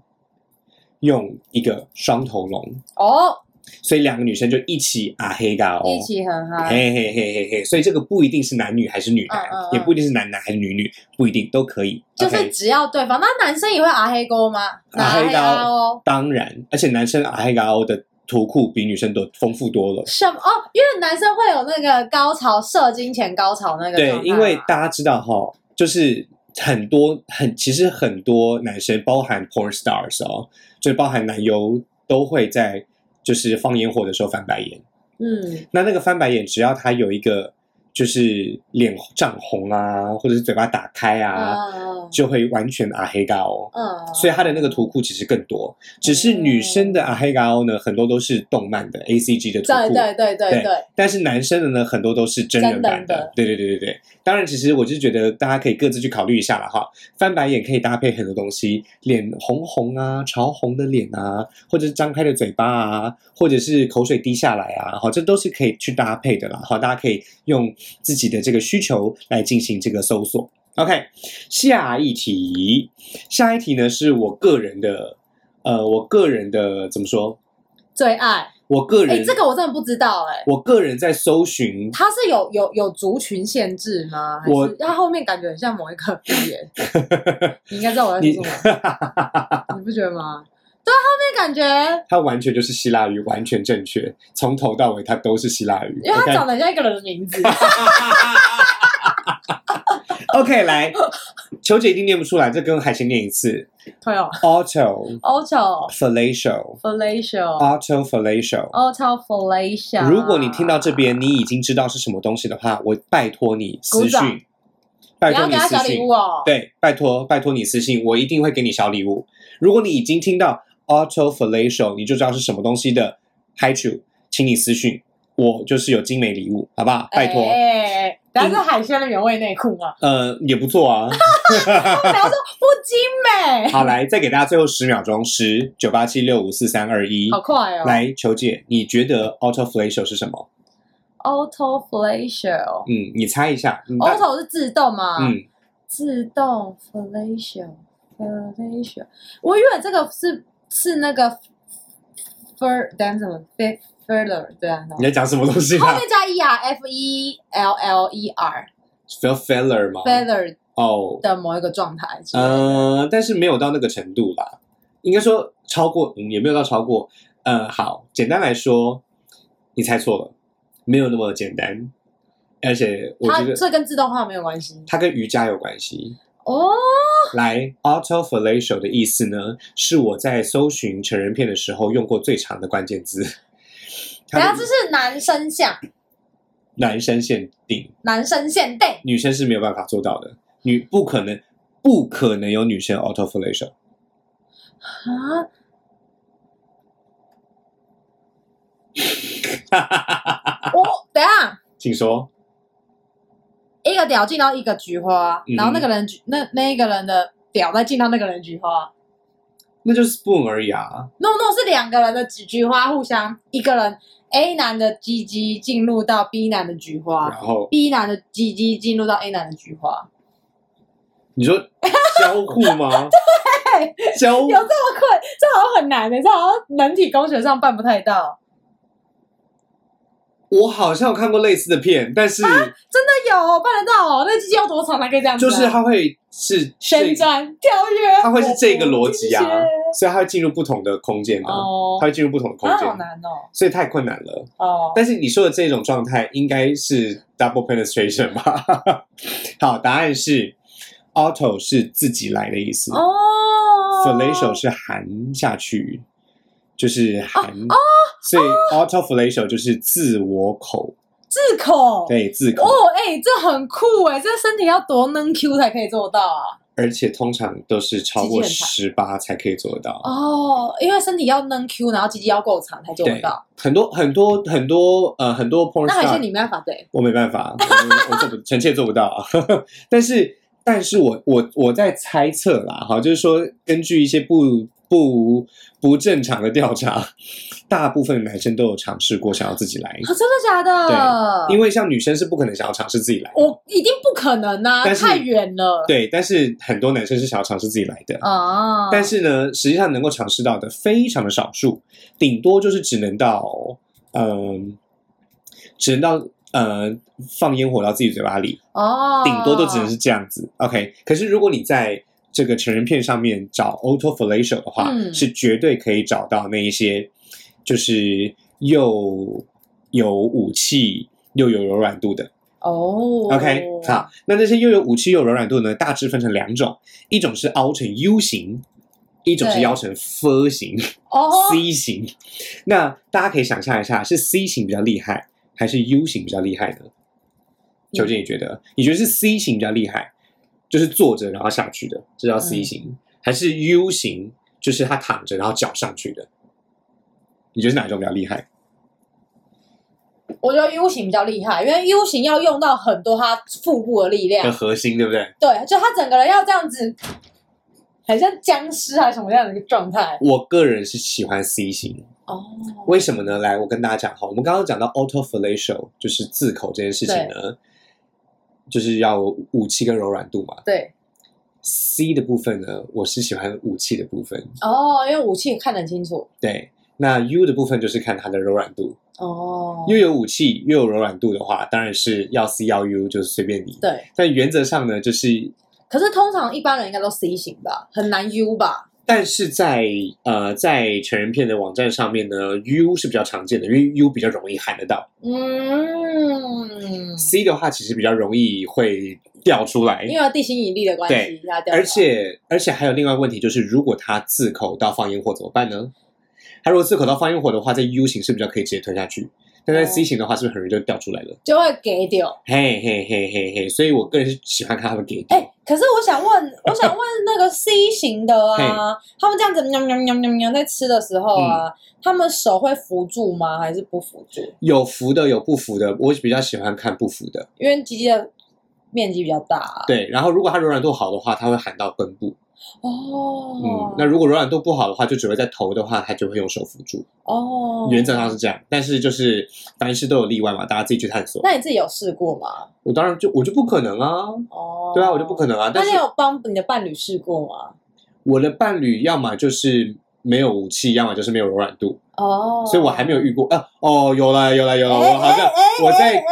S1: 用一个双头龙，
S2: 哦，
S1: 所以两个女生就一起阿黑嘎哦，
S2: 一起很嗨。
S1: 嘿嘿嘿嘿嘿，所以这个不一定是男女还是女男，
S2: 嗯嗯嗯
S1: 也不一定是男男还是女女，不一定都可以。
S2: 就是只要对方，那男生也会阿黑勾吗？
S1: 阿黑勾
S2: 哪哦，
S1: 当然，而且男生阿黑嘎欧的图库比女生多丰富多了。
S2: 什么哦？因为男生会有那个高潮射精前高潮那个状态啊
S1: 对因
S2: 嘛。，
S1: 为大家知道哈，就是很多很其实很多男生，包含 porn stars 哦，就包含男优都会在就是放烟火的时候翻白眼。
S2: 嗯
S1: 那那个翻白眼，只要他有一个就是脸涨红啊，或者是嘴巴打开啊，
S2: 嗯
S1: 就会完全阿黑嘎欧。
S2: 嗯，
S1: 所以它的那个图库其实更多，只是女生的啊阿黑嘎欧呢，很多都是动漫的 A C G 的图
S2: 对
S1: 库，
S2: 对对对对，
S1: 但是男生的呢，很多都是真人版
S2: 真人的
S1: 对对对对对。当然，其实我就觉得大家可以各自去考虑一下了哈。翻白眼可以搭配很多东西，脸红红啊，潮红的脸啊，或者是张开的嘴巴啊，或者是口水滴下来啊，好，这都是可以去搭配的啦。好，大家可以用自己的这个需求来进行这个搜索。OK，下一题，下一题呢是我个人的，呃，我个人的怎么说？
S2: 最爱。
S1: 我个人，
S2: 哎，这个我真的不知道哎，
S1: 我个人在搜寻
S2: 它是有有有族群限制吗？还是
S1: 我
S2: 它后面感觉很像某一个 语言，你应该知道我在
S1: 你
S2: 说什么， 你不觉得吗？对，后面感觉，
S1: 它完全就是希腊语，完全正确，从头到尾它都是希腊语。
S2: 因为它
S1: OK
S2: 长得很像一个人的 名字。
S1: OK，来，球姐一定念不出来，这跟海鲜念一次。
S2: 对哦
S1: Auto
S2: ，auto
S1: fellatio,
S2: fellatio。
S1: auto fellatio。
S2: auto fellatio。
S1: 啊如果你听到这，边，你已经知道是什么东西的话，我拜托你私
S2: 鼓掌
S1: 讯，拜
S2: 你
S1: 托
S2: 要给
S1: 你
S2: 他
S1: 私
S2: 小
S1: 讯
S2: 礼物，哦。
S1: 对，拜托拜托你私信，我一定会给你小礼物。如果你已经听到 auto fellatio，你就知道是什么东西的 hi to，请你私讯，我就是有精美礼物，好不好？拜托。
S2: 哎，但是海鲜的原味内裤 吗？
S1: 呃，也不错啊。
S2: 不精美，
S1: 好，来，再给大家最后十秒钟，十九八七六五四三二一。
S2: 好快哦。
S1: 来，球姐，你觉得 auto fellatio 是什么？
S2: auto fellatio。
S1: 嗯，你猜一下。嗯大
S2: auto 是自动吗？
S1: 嗯，
S2: 自动 fellatio fellatio，我以为这个是是那个 fer 等怎么 f further 对啊，然后
S1: 你在讲什么东西
S2: 后
S1: 啊
S2: 面加 e r f e l l e r
S1: ？feel feller 吗？
S2: feather
S1: 哦，
S2: 的某一个状态之类的，
S1: 呃，但是没有到那个程度啦，应该说超过，嗯，也没有到超过。呃，好，简单来说，你猜错了，没有那么简单，而且我
S2: 它
S1: 觉得
S2: 这跟自动化没有关系
S1: 它跟瑜伽有关系。
S2: 哦。
S1: 来，auto fellatio 的意思呢，是我在搜寻成人片的时候用过最长的关键字。它
S2: 等一下
S1: 的
S2: 这是男生像，
S1: 男生限定，
S2: 男生限定
S1: 女生是没有办法做到的，女不可能，不可能有女生 auto fellatio。
S2: 啊，
S1: 啊
S2: 我等一下。
S1: 请说，
S2: 一个屌进到一个菊花，
S1: 嗯
S2: 然后那个人菊那那一个人的屌再进到那个人菊花，
S1: 那就是 spoon 而已啊。
S2: no no 是两个人的菊菊花互相，一个人 A 男的鸡鸡进入到 B 男的菊
S1: 然
S2: 花
S1: 后
S2: ，B 男的鸡鸡进入到 A 男的菊花，
S1: 你说交互 吗？交互
S2: 有这么困？这好像很难的、欸这好像人体工学上办不太到。
S1: 我好像有看过类似的片，但是
S2: 真的有办得到哦，那鸡鸡要多长才可以这样子、啊
S1: 就是它会是
S2: 旋
S1: 这，
S2: 转跳跃，
S1: 它会是这个逻辑啊
S2: 我不理解，
S1: 所以它会进入不同的空间啊，
S2: 哦
S1: 它，会进入不同的空
S2: 啊
S1: 间
S2: 好。难哦，
S1: 所以太困难了。
S2: 哦，
S1: 但是你说的这种状态应该是 double penetration 吧？ 好，答案是 auto 是自己来的意思、
S2: 哦
S1: f e l l a t i o 是含下去，就是
S2: 哦
S1: 含，所以 auto f e l l a t i o 就是自我口，
S2: 自口，
S1: 对，自口，
S2: 哦，哎、这很酷哎、这身体要多能 Q 才可以做到啊！
S1: 而且通常都是超过
S2: 极限
S1: 十八才可以做得到。
S2: 哦，因为身体要能 Q，然后鸡鸡要够长才做得
S1: 对
S2: 到。，
S1: 很多很多很多呃很多 porn
S2: 那海
S1: star，
S2: 鲜你没办法对，
S1: 我没办法，我我做不，臣妾做不到 啊。但是，但是我我我在猜测啦，哈，就是说，根据一些不不不正常的调查，大部分男生都有尝试过想要自己来，
S2: 啊真的假的？
S1: 因
S2: 为
S1: 为像女生是不可能想要尝试自己来的。
S2: 我一定不可能呐、
S1: 但是
S2: 太远了。
S1: 对，但是很多男生是想要尝试自己来的。
S2: 啊，
S1: 但是呢，实际上能够尝试到的非常的少数，顶多就是只能到，嗯、只能到呃放烟火到自己嘴巴里，
S2: 哦，
S1: 顶多都只能是这样子。OK，可是如果你在这个成人片上面找 auto fellatio 的话，
S2: 嗯
S1: 是绝对可以找到那一些就是又有武器又有柔软度的。
S2: 哦
S1: OK，好，那这些又有武器又有柔软度呢，大致分成两种，一种是凹成 U 型，一种是
S2: 对
S1: 凹成 F 型、
S2: 哦
S1: C 型。那大家可以想象一下，是 C 型比较厉害，还是 U 型比较厉害呢？
S2: 嗯
S1: 究竟你觉得？你觉得是 C 型比较厉害，就是坐着然后下去的，这叫 C
S2: 嗯
S1: 型，还是 U 型，就是他躺着然后脚上去的？你觉得是哪一种比较厉害？
S2: 我觉得 U 型比较厉害，因为 U 型要用到很多他腹部的力量
S1: 的，核心对不对？
S2: 对，就他整个人要这样子，很像僵尸还是什么样的一个状态。
S1: 我个人是喜欢 C 型，
S2: 哦，
S1: 为什么呢？来，我跟大家讲哈，我们刚刚讲到 auto fellatio，就是自口这件事情呢，就是要武器跟柔软度嘛。
S2: 对，
S1: C 的部分呢，我是喜欢武器的部分，
S2: 哦，因为武器看得很清楚。
S1: 对。那 U 的部分就是看它的柔软度，
S2: 哦，
S1: 又有武器又有柔软度的话，当然是要 C 要 U 就是随便你。
S2: 对，
S1: 但原则上呢，就是
S2: 可是通常一般人应该都 C 型吧，很难 U 吧？
S1: 但是在呃在成人片的网站上面呢，U 是比较常见的，因为 U 比较容易喊得到
S2: 嗯，
S1: ，C 的话其实比较容易会掉出来，
S2: 因为地心引力的关系，它掉下来
S1: 而且而且还有另外一个问题，就是如果他自口到放烟火怎么办呢？他如果自口到放烟火的话，在 U 型是比较可以直接吞下去，但在
S2: 哦
S1: C 型的话，是不是很容易就掉出来了？
S2: 就会给掉。
S1: 嘿嘿嘿嘿嘿，所以我个人是喜欢看他们给
S2: 哎、
S1: 掉。
S2: 可是我 想问，我想问那个 C 型的啊，他们这样子喵喵喵喵喵在吃的时候啊，
S1: 嗯
S2: 他们手会扶住吗？还是不扶住？
S1: 有浮的，有不浮的，我比较喜欢看不浮的。
S2: 因为鸡鸡的面积比较大、啊。
S1: 对，然后如果它柔软度好的话，它会喊到根部。
S2: 哦，
S1: 嗯，那如果柔软度不好的话，就只会在头的话，它就会用手扶住。
S2: 哦，
S1: 原则上是这样，但是就是凡事都有例外嘛，大家自己去探索。
S2: 那你自己有试过吗？
S1: 我当然就我就不可能啊，
S2: 哦，
S1: 对啊，我就不可能啊。
S2: 那
S1: 但
S2: 你
S1: 是
S2: 有帮你的伴侣试过吗？
S1: 我的伴侣要么就是没有武器，要么就是没有柔软度，
S2: 哦，
S1: 所以我还没有遇过啊。哦，有啦有啦有啦，
S2: 哎。
S1: 我好像
S2: 哎哎
S1: 我在
S2: 哎哎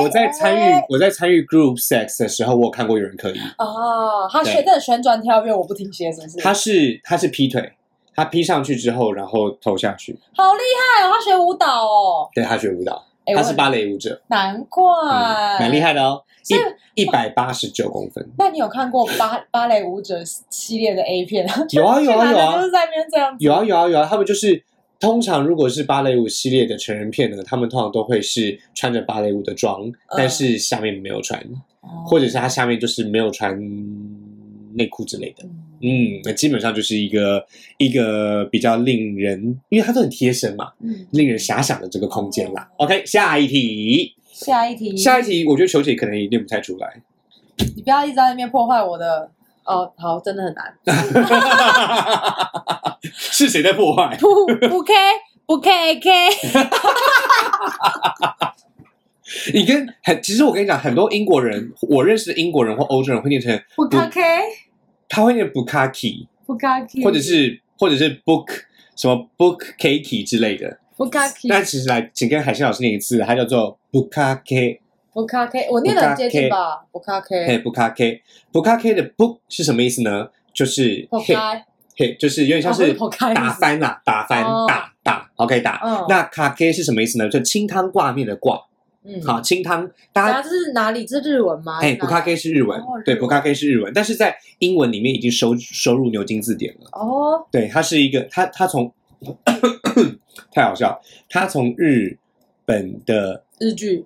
S1: 我在参
S2: 哎
S1: 与我在参与 group sex 的时候，我有看过有人可以，
S2: 哦，他
S1: 对
S2: 旋的旋转跳跃，我不停歇，是不是？
S1: 他是他是劈腿，他劈上去之后，然后投下去，
S2: 好厉害哦，他学舞蹈哦，
S1: 对他学舞蹈，
S2: 哎，
S1: 他
S2: 我
S1: 是
S2: 很
S1: 芭蕾舞者，
S2: 难怪
S1: 嗯，，蛮厉。害的哦，
S2: 所以
S1: 一一百八十九公分，
S2: 那你有看过芭芭蕾舞者系列的 A 片？
S1: 有 啊有啊有
S2: 就是
S1: 啊
S2: 在那边这样子。
S1: 有啊有啊有啊，他们就是。通常如果是芭蕾舞系列的成人片呢，他们通常都会是穿着芭蕾舞的装，但是下面没有穿。
S2: 哦
S1: 或者是他下面就是没有穿内裤之类的。
S2: 嗯
S1: 嗯，那基本上就是一个一个比较令人，因为它都很贴身嘛，
S2: 嗯
S1: 令人遐想的这个空间啦。OK，下一题，
S2: 下一题，
S1: 下一题，我觉得球姐可能也念不太出来。
S2: 你不要一直在那边破坏我的。哦，好，真的很难。
S1: 是谁在破坏？
S2: 不不 K 不 K K，
S1: 你跟很，其实我跟你讲，很多英国人，我认识的英国人或欧洲人会念成，
S2: 不 K
S1: 他会念 bukaki，
S2: 不 K，
S1: 或者是或者是 book 什么 book cakey 之类的。
S2: 不 K
S1: 那其实来，请跟海鲜老师念一次，它叫做 bukake，
S2: 不 K，我念的很接近吧？不 K
S1: 嘿 bukake，bukake 的 buk 是什么意思呢？就是
S2: 不
S1: hit
S2: K，
S1: hit，就是有点像
S2: 哦不
S1: 是
S2: 是 pokai，
S1: 打翻啦，打翻
S2: 哦
S1: 打打，OK 打。
S2: 嗯
S1: 那 kake 是什么意思呢？就清汤挂面的挂，
S2: 嗯，
S1: 好，清汤
S2: 等
S1: 大
S2: 下
S1: 家。
S2: 这是哪里？这是日文吗？
S1: 哎，不咖 K 是日文
S2: 哦，日
S1: 对，
S2: 文
S1: 不咖 K 是日文，但是在英文里面已经收收入牛津字典了。
S2: 哦，
S1: 对，它是一个，它它从太好笑了，它从日本的
S2: 日剧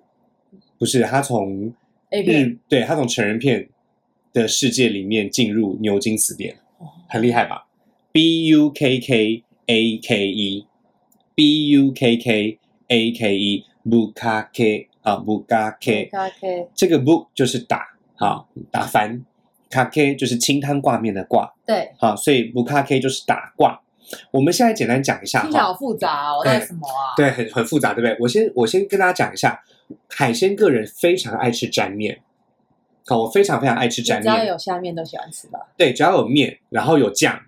S1: 不是，他从
S2: A 片
S1: 日对他从成人片的世界里面进入牛津词典
S2: 哦，
S1: 很厉害吧？B U K K A K E B U K K A K E bukake 啊 bukake
S2: 不 K，
S1: 这个 book 就是打啊打翻，kake 就是清汤挂面的挂
S2: 对，
S1: 啊，所以 bukake 就是打挂。我们现在简单讲一下
S2: 听起来
S1: 哈
S2: 好，复杂哦，
S1: 对
S2: 那是什么啊？
S1: 对，很很复杂，对不对？我先我先跟大家讲一下，海鲜个人非常爱吃沾面，哦，我非常非常爱吃
S2: 你
S1: 沾
S2: 只要
S1: 面，
S2: 有下面都喜欢吃吧？
S1: 对，只要有面，然后有酱，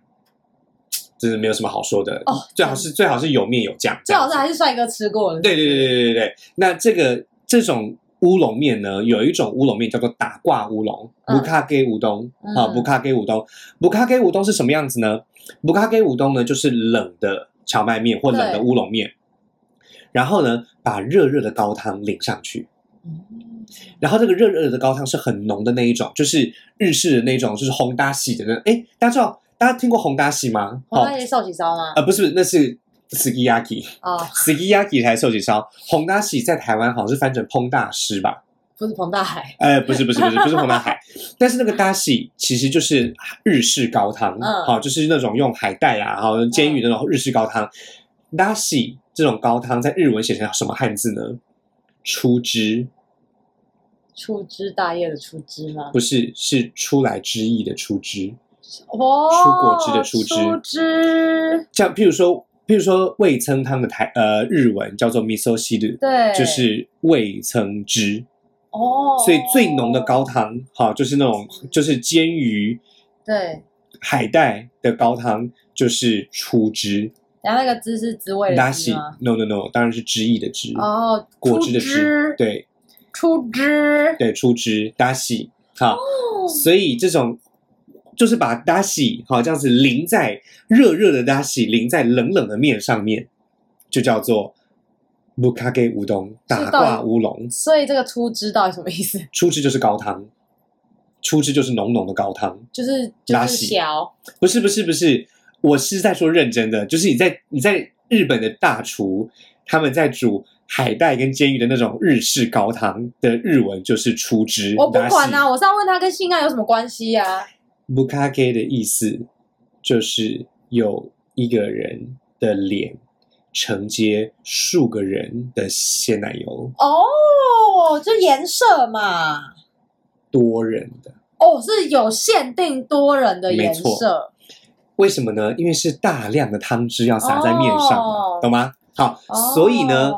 S1: 真的没有什么好说的，
S2: 哦
S1: 最好是最好是有面有酱，
S2: 最好是
S1: 这样子
S2: 还是帅哥吃过的。
S1: 对对对对对对对。那这个这种乌龙面呢，有一种乌龙面叫做打挂乌龙，
S2: 嗯
S1: 不卡给乌冬啊，
S2: 嗯
S1: 不卡给乌冬，不卡给乌冬是什么样子呢？不卡给乌冬呢，就是冷的荞麦面或冷的
S2: 对
S1: 乌龙面，然后呢，把热热的高汤淋上去。
S2: 嗯，
S1: 然后这个热热的高汤是很浓的那一种，就是日式的那种，就是红搭喜的那。哎，大家知道，大家听过红搭喜吗？
S2: 我
S1: 哦
S2: 那，些寿喜烧吗？
S1: 呃，不是，那是 sukiyaki。
S2: 啊，
S1: Sukiyaki 才是寿喜烧，红大喜在台湾好像是翻成烹大师吧？
S2: 不是彭大海。
S1: 呃，不是不是不是不是红大海， 但是那个大喜其实就是日式高汤，
S2: 嗯
S1: 好、就是那种用海带啊，好煎鱼的那种日式高汤。大喜这种高汤在日文写成什么汉字呢？出汁
S2: 出枝大叶的出枝吗？
S1: 不是，是出来之意的出汁。
S2: 哦，
S1: 出果汁的出汁
S2: 出汁，
S1: 像譬如说，譬如说味噌汤的台呃日文叫做 miso shiru，
S2: 对，
S1: 就是味噌汁。
S2: 哦，
S1: 所以最浓的高汤，哈、就是那种就是煎鱼、
S2: 对，
S1: 海带的高汤，就是出汁。
S2: 然后那个汁是滋味
S1: 拉
S2: 的
S1: 西
S2: 汁吗？
S1: ，no no no，当然是汁液的汁，
S2: 哦，
S1: 果汁的
S2: 出汁，，
S1: 对
S2: 出汁，
S1: 对，出汁拉西，哈、
S2: 哦
S1: 所以这种就是把拉西，好、这样子淋在热热的拉西，淋在冷冷的面上面，就叫做。布卡给乌冬打挂乌龙，
S2: 所以这个出汁到底什么意思？
S1: 出汁就是高汤，出汁就是浓浓的高汤。
S2: 就是就
S1: 拉
S2: 是
S1: 稀
S2: 小
S1: 不是不是不是，我是在说认真的，就是你在你在日本的大厨，他们在煮海带跟煎鱼的那种日式高汤的日文就是出汁。
S2: 我不管
S1: 拉
S2: 啊，我是要问他跟性爱有什么关系啊？
S1: 西，bukake 的意思就是有一个人的脸承接数个人的鲜奶油，
S2: 哦，就颜色嘛，
S1: 多人的。
S2: 哦，是有限定多人的颜
S1: 没
S2: 色，
S1: 为什么呢？因为是大量的汤汁要撒在面上嘛，
S2: 哦
S1: 懂吗？好，
S2: 哦
S1: 所以呢，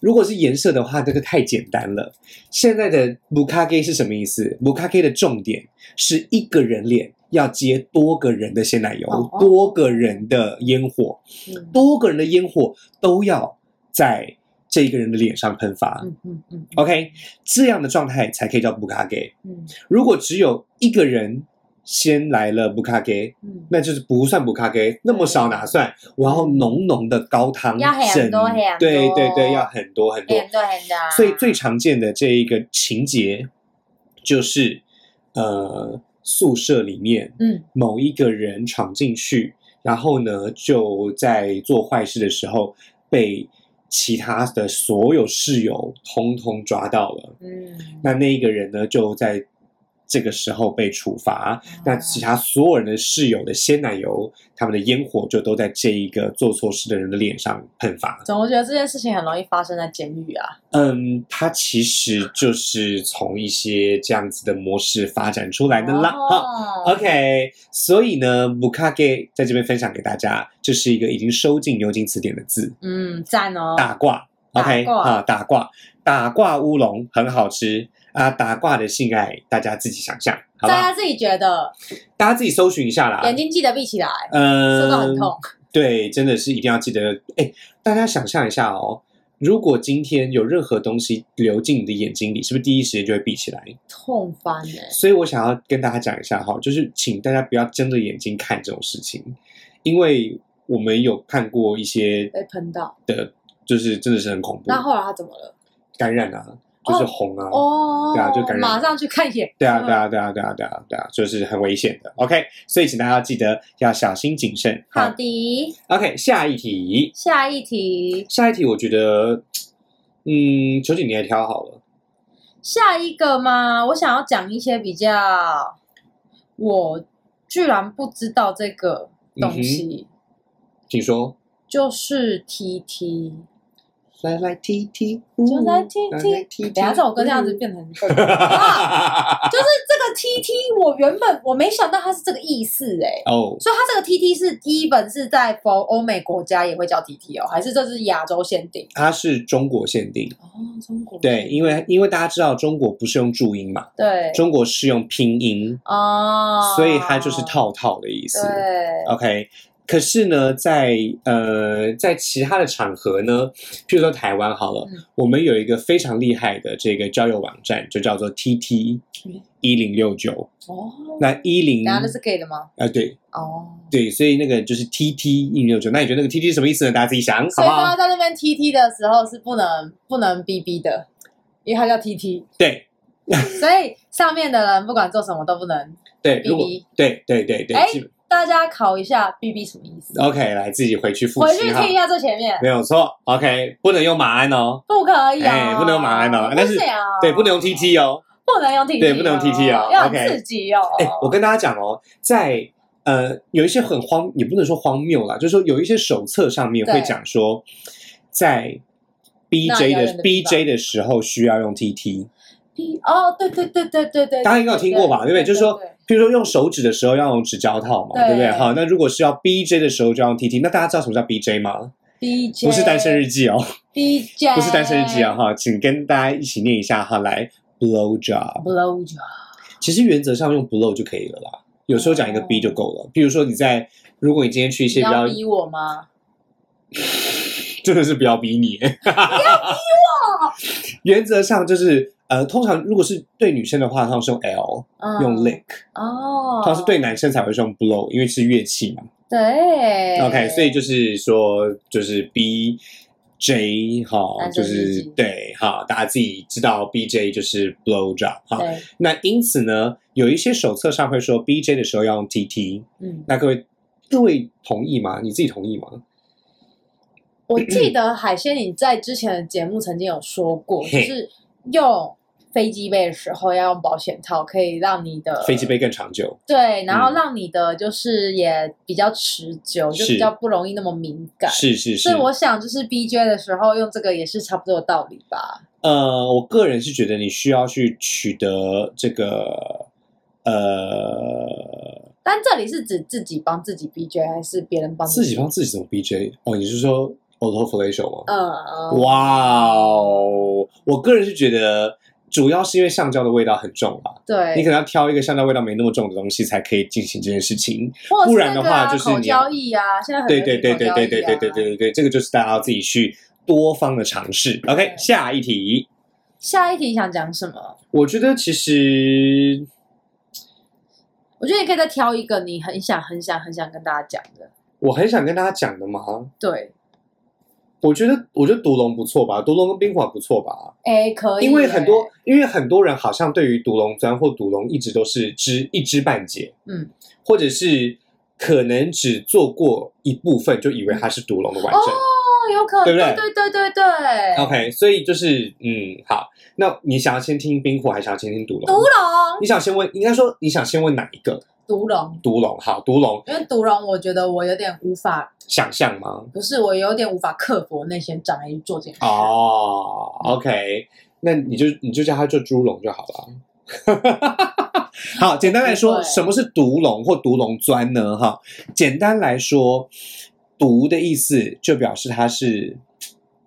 S1: 如果是颜色的话，这个太简单了。现在的 mukage 是什么意思？mukage 的重点是一个人脸要接多个人的鲜奶油，
S2: 哦
S1: 多个人的烟火，
S2: 嗯
S1: 多个人的烟火都要在这一个人的脸上喷发。
S2: 嗯嗯嗯
S1: OK，这样的状态才可以叫 mukage。
S2: 嗯
S1: 如果只有一个人先来了 mukage，
S2: 嗯
S1: 那就是不算补咖啡，那么少哪算？我要浓浓的高汤，
S2: 要很
S1: 整
S2: 多很多
S1: 对对对，要很多很多。
S2: 嗯，很多很多，
S1: 所以最常见的这一个情节，就是呃宿舍里面
S2: 嗯
S1: 某一个人闯进去，然后呢就在做坏事的时候被其他的所有室友通通抓到了。
S2: 嗯，
S1: 那那一个人呢就在这个时候被处罚，那
S2: 嗯
S1: 其他所有人的室友的鲜奶油，他们的烟火就都在这一个做错事的人的脸上喷发。
S2: 总觉得这件事情很容易发生在监狱啊。
S1: 嗯，它其实就是从一些这样子的模式发展出来的啦。哈
S2: 哦
S1: OK，所以呢 b u k a g e 在这边分享给大家，这是一个已经收进牛津词典的字，
S2: 嗯，赞哦。
S1: 打挂。
S2: 打
S1: OK
S2: 挂
S1: 啊，打挂，打挂乌龙很好吃啊，打挂的性爱大家自己想象，好不
S2: 大
S1: 好
S2: 家？自己觉得，
S1: 大家自己搜寻一下啦。
S2: 眼睛记得闭起来，
S1: 嗯，
S2: 说到很痛。
S1: 对，真的是一定要记得。哎，大家想象一下哦，如果今天有任何东西流进你的眼睛里，是不是第一时间就会闭起来？
S2: 痛翻欸呢、
S1: 所以我想要跟大家讲一下哈，就是请大家不要睁着眼睛看这种事情，因为我们有看过一些
S2: 被喷到。
S1: 的，就是真的是很恐怖，
S2: 呃那后来他怎么了？
S1: 感染啊，就是红啊。
S2: 哦，嗯
S1: 对啊就感染
S2: 马上去看眼。
S1: 对啊，对啊，对啊，对啊，对啊，对啊，就是很危险的。OK，所以请大家记得要小心谨慎。
S2: 好的，
S1: ，OK，下一题。
S2: 下一题，
S1: 下一题，我觉得，嗯，球姐你来挑好了。
S2: 下一个嘛，我想要讲一些比较，我居然不知道这
S1: 嗯
S2: 个东西，
S1: 请说。
S2: 就是 T T。
S1: 来来踢踢，
S2: 就在踢踢。
S1: 踢嗯
S2: 等一下这首歌这样子变成很 啊就是这个 T T，我原本我没想到它是这个意思哎、
S1: 哦，
S2: 所以它这个 T T 是 even 是在 for 欧美国家也会叫 T T 哦，还是这是亚洲限定？
S1: 它是中国限定。
S2: 哦，中国
S1: 对，因为因为大家知道中国不是用注音嘛，
S2: 对
S1: 中国是用拼音，
S2: 哦，
S1: 所以它就是套套的意思。
S2: 对
S1: OK，可是呢，在呃，在其他的场合呢，譬如说台湾好了，
S2: 嗯
S1: 我们有一个非常厉害的这个交友网站，就叫做 TT
S2: 嗯
S1: 一零六九。
S2: 哦，
S1: 那一零
S2: 然后那是 gay 的吗？
S1: 啊，对
S2: 哦，
S1: 对，所以那个就是 TT 一零六九。那你觉得那个 TT 是什么意思呢？大家自己想好
S2: 所以
S1: 不
S2: 大家
S1: 好？
S2: 在那边 T T 的时候是不能不能 B B 的，因为它叫 T T，
S1: 对
S2: 所以上面的人不管做什么都不能。
S1: 对，如果
S2: BB
S1: 对对对对
S2: 哎
S1: 基本
S2: 大家考一下 B B 什么意思？
S1: ，OK，来自己回去哦复
S2: 回
S1: 习
S2: 去
S1: 哈
S2: 听一，下最前面，
S1: 没有错。OK，不能用马鞍哦，
S2: 不可以
S1: 哎
S2: 啊，
S1: 不能用马鞍哦但是
S2: 为什么
S1: 对，不能用 TT 哦。
S2: 不能用 T T，
S1: 对不能用 TT 啊
S2: 要很
S1: OK
S2: 刺激哦。
S1: 哎、我跟大家讲哦，在呃有一些很荒，也不能说荒谬啦，就是说有一些手册上面会
S2: 对
S1: 讲说，在 BJ
S2: 那遥远
S1: 的
S2: 的地方
S1: BJ 的时候需要用 TT，
S2: P 哦，对对对对对对，
S1: 大家应该有听过吧？对不对？就是说
S2: 对对，
S1: 譬如说用手指的时候要用指交套嘛，
S2: 对
S1: 对不对？好，那如果是要 BJ 的时候就要用 TT，那大家知道什么叫 BJ 吗？
S2: B J
S1: 不是单身日记哦，
S2: B J
S1: 不是单身日记啊，哈，请跟大家一起念一下哈，来 blow job。
S2: ，blow job
S1: 其实原则上用 blow 就可以了啦，有时候讲一个 b 就够了。比如说你在，如果你今天去一些
S2: 你
S1: 比较
S2: 哦要，逼我吗？
S1: 真的是不要逼 你，不要逼我。原则上就是，呃，通常如果是对女生的话，通常是用 l，
S2: 嗯
S1: 用 lick，
S2: 哦
S1: 通，常是对男生才会是用 blow，因为是乐器嘛。
S2: 对
S1: OK，所以就是说，就是 b。J 哈，
S2: 男
S1: 就
S2: 生日
S1: 是
S2: 记
S1: 对哈，大家自己知道 B J 就是 blow job 哈。
S2: 对，
S1: 那因此呢，有一些手册上会说 B J 的时候要用 T T，
S2: 嗯，
S1: 那各位各位同意吗？你自己同意吗？
S2: 我记得海鲜你在之前的节目曾经有说过，就
S1: 嘿
S2: 是用飞机杯的时候要用保险套，可以让你的
S1: 飞机杯更长久，
S2: 对，然后
S1: 嗯
S2: 让你的就是也比较持久，就是比较不容易那么敏感。
S1: 是是是
S2: 所以。我想，就是 B J 的时候用这个也是差不多的道理吧。
S1: 呃，我个人是觉得你需要去取得这个呃
S2: 但这里是指自己帮自己 B J，还是别人帮
S1: 自己帮自己怎么 BJ 哦，你是说 auto fellatio 吗？
S2: 嗯嗯，
S1: 哇哦，我个人是觉得主要是因为橡胶的味道很重吧，
S2: 对，
S1: 你可能要挑一个橡胶味道没那么重的东西才可以进行这件事情。
S2: 或者
S1: 不
S2: 是
S1: 然的
S2: 那个
S1: 话
S2: 啊
S1: 就是
S2: 口
S1: 你
S2: 交易啊，现在很
S1: 对
S2: 流
S1: 对
S2: 行
S1: 对
S2: 口
S1: 对
S2: 交
S1: 对
S2: 易
S1: 对对
S2: 啊
S1: 嗯对对对对，这个就是大家要自己去多方的尝试。OK，
S2: 对
S1: 下一题，
S2: 下一题想讲什么？
S1: 我觉得其实
S2: 我觉得你可以再挑一个你很想、很想、很想跟大家讲的。
S1: 我很想跟大家讲的嘛，
S2: 对，
S1: 我觉得我觉得独龙不错吧，独龙跟冰火不错吧，
S2: 哎，可以耶，
S1: 因为很多因为很多人好像对于独龙砖或独龙一直都是知一知半解，
S2: 嗯，
S1: 或者是可能只做过一部分就以为它是独龙的完
S2: 哦
S1: 整。，
S2: 有可能，
S1: 对不对
S2: 对对对对对
S1: OK，所以就是嗯，好，那你想要先听冰火，还是想要先听独龙？
S2: 独龙，
S1: 你想先问，应该说你想先问哪一个？
S2: 独龙，
S1: 独龙，好，独龙，
S2: 因为独龙，我觉得我有点无法，
S1: 想象吗？
S2: 不是我有点无法克服那些障碍去做这件事。
S1: 哦，OK，那你就你就叫它做猪笼就好了。 好，简单来说，
S2: 对
S1: 什么是独笼或独笼钻呢？哈，简单来说，独的意思就表示它是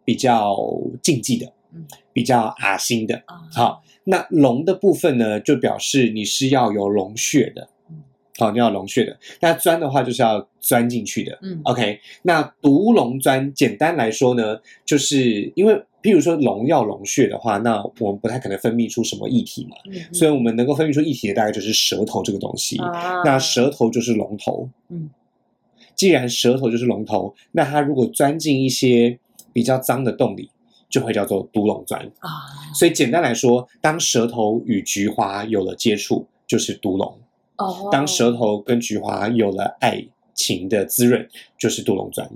S1: 比较禁忌的
S2: 嗯，
S1: 比较阿心的。
S2: 啊，
S1: 好，那龙的部分呢，就表示你是要有龙穴的
S2: 嗯，
S1: 好，你要有龙穴的。那钻的话，就是要钻进去的。
S2: 嗯，
S1: OK，那独龙钻，简单来说呢，就是因为譬如说龙要龙穴的话，那我们不太可能分泌出什么液体嘛，
S2: 嗯嗯
S1: 所以我们能够分泌出液体的大概就是舌头这个东西。
S2: 啊
S1: 那舌头就是龙头，
S2: 嗯，
S1: 既然舌头就是龙头，那它如果钻进一些比较脏的洞里，就会叫做独龙钻。
S2: 啊，
S1: 所以简单来说，当舌头与菊花有了接触，就是独龙；
S2: 哦，
S1: 当舌头跟菊花有了爱情的滋润，就是独龙钻。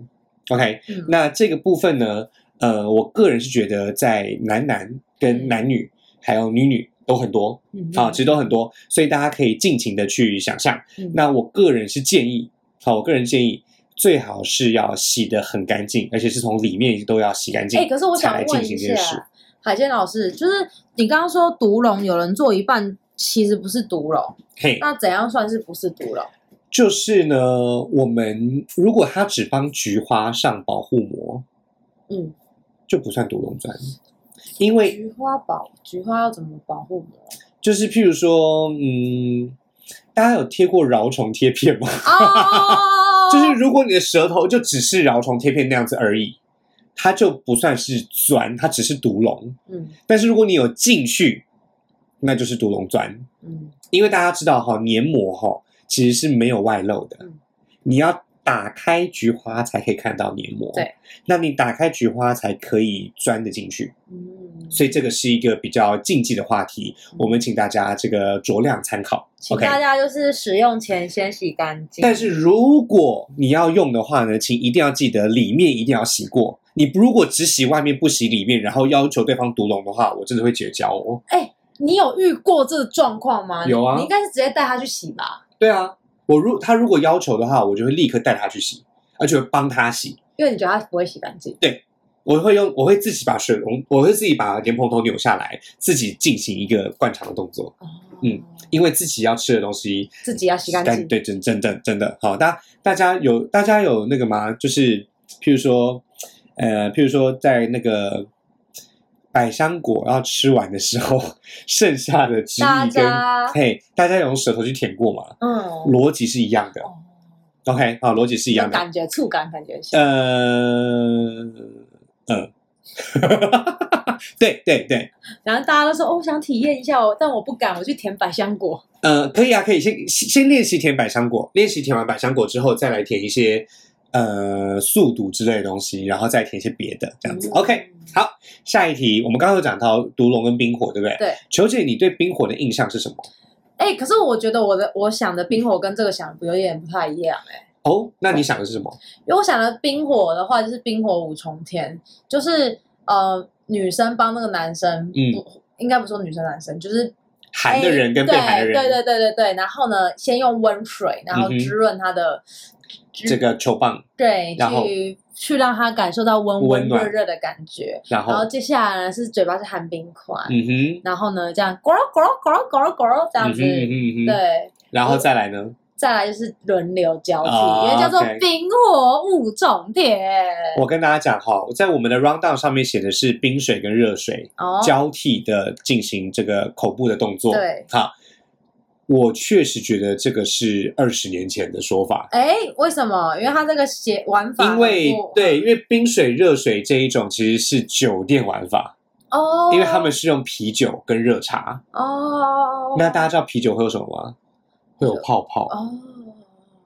S1: OK，
S2: 嗯，
S1: 那这个部分呢，呃，我个人是觉得在男男跟男女还有女女都很多
S2: 嗯
S1: 啊，其实都很多，所以大家可以尽情的去想象。
S2: 嗯
S1: 那我个人是建议，好，我个人建议最好是要洗得很干净，而且是从里面都要洗干净。
S2: 哎、可是我想
S1: 才进
S2: 问
S1: 行
S2: 一
S1: 这件事
S2: 下，海鲜老师，就是你刚刚说独龙有人做一半，其实不是独龙，
S1: 嘿，
S2: 那怎样算是不是独龙？
S1: 就是呢，我们如果它只帮菊花上保护膜，
S2: 嗯，
S1: 就不算独龙钻，因为
S2: 菊花保菊花要怎么保护膜？
S1: 就是譬如说，嗯，大家有贴过饶虫贴片吗？
S2: 哦
S1: 就是如果你的舌头就只是饶虫贴片那样子而已，它就不算是钻，它只是毒龙。
S2: 嗯
S1: 但是如果你有进去，那就是毒龙钻，
S2: 嗯
S1: 因为大家知道哈，黏膜哈其实是没有外露的
S2: 嗯，
S1: 你要打开菊花才可以看到黏膜。
S2: 对，
S1: 那你打开菊花才可以钻得进去，
S2: 嗯，
S1: 所以这个是一个比较禁忌的话题，
S2: 嗯
S1: 我们请大家这个酌量参考。
S2: 请
S1: OK，
S2: 大家就是使用前先洗干净。
S1: 但是如果你要用的话呢，请一定要记得里面一定要洗过。你如果只洗外面不洗里面，然后要求对方独龙的话，我真的会绝交哦。
S2: 你有遇过这个状况吗？
S1: 有啊
S2: 你应该是直接带他去洗吧，
S1: 对啊，我如他如果要求的话，我就会立刻带他去洗，而且会帮他洗。
S2: 因为你觉得他不会洗干净。
S1: 我会用，我会自己把水龙，我会自己把莲蓬头扭下来，自己进行一个灌肠的动作，
S2: 哦
S1: 嗯，因为自己要吃的东西
S2: 自己要洗干净。
S1: 对，真真真真的好。大大家有大家有那个吗？就是譬如说，呃，譬如说在那个百香果要吃完的时候，剩下的汁
S2: 大
S1: 液跟
S2: 家
S1: 嘿，大家有用舌头去舔过吗？
S2: 嗯，
S1: 逻辑是一样的。
S2: 哦
S1: OK，好，逻辑是一样啊
S2: 那
S1: 的。
S2: 感觉触感感觉像。
S1: 呃，嗯， 对对对，
S2: 然后大家都说，哦，我想体验一下哦，但我不敢，我去舔百香果。
S1: 呃，可以啊，可以先先先练习舔百香果，练习舔完百香果之后，再来舔一些呃速读之类的东西，然后再舔一些别的，这样子。
S2: 嗯
S1: OK，好，下一题，我们刚刚有讲到毒龙跟冰火，对不对？
S2: 对。
S1: 球姐，你对冰火的印象是什么？
S2: 哎、可是我觉得我的我想的冰火跟这个想的有点不太一样哎、
S1: 哦，那你想的是什么？
S2: 因为我想的冰火的话，就是冰火五重天，就是呃，女生帮那个男生，
S1: 嗯
S2: 不，应该不说女生男生，就是
S1: 寒的人跟被
S2: 对
S1: 寒的人，
S2: 哎对对对对对，然后呢，先用温水，然后
S1: 嗯哼
S2: 滋润他的，
S1: 这个球棒，
S2: 对，
S1: 然后
S2: 去去让他感受到温
S1: 温
S2: 温
S1: 暖
S2: 热热的感觉，
S1: 然后
S2: 然后接下来呢是嘴巴是含冰块，
S1: 嗯哼，
S2: 然后呢这样咕噜咕噜咕噜咕噜咕噜这样
S1: 嗯
S2: 子，
S1: 哼嗯哼嗯哼，
S2: 对，
S1: 然后再来呢？
S2: 再来就是轮流交替，
S1: 哦
S2: 因为叫做
S1: OK
S2: 冰火五重天，
S1: 我跟大家讲哈，在我们的 round down 上面写的是冰水跟热水，
S2: 哦，
S1: 交替的进行这个口部的动作。
S2: 对
S1: 好，我确实觉得这个是二十年前的说法，
S2: 哎，为什么？因为他这个写玩法很嗯
S1: 因
S2: 不，
S1: 为对，因为冰水、热水这一种其实是酒店玩法，
S2: 哦，
S1: 因为他们是用啤酒跟热茶。
S2: 哦，
S1: 那大家知道啤酒会有什么吗？会有泡泡。
S2: 哦，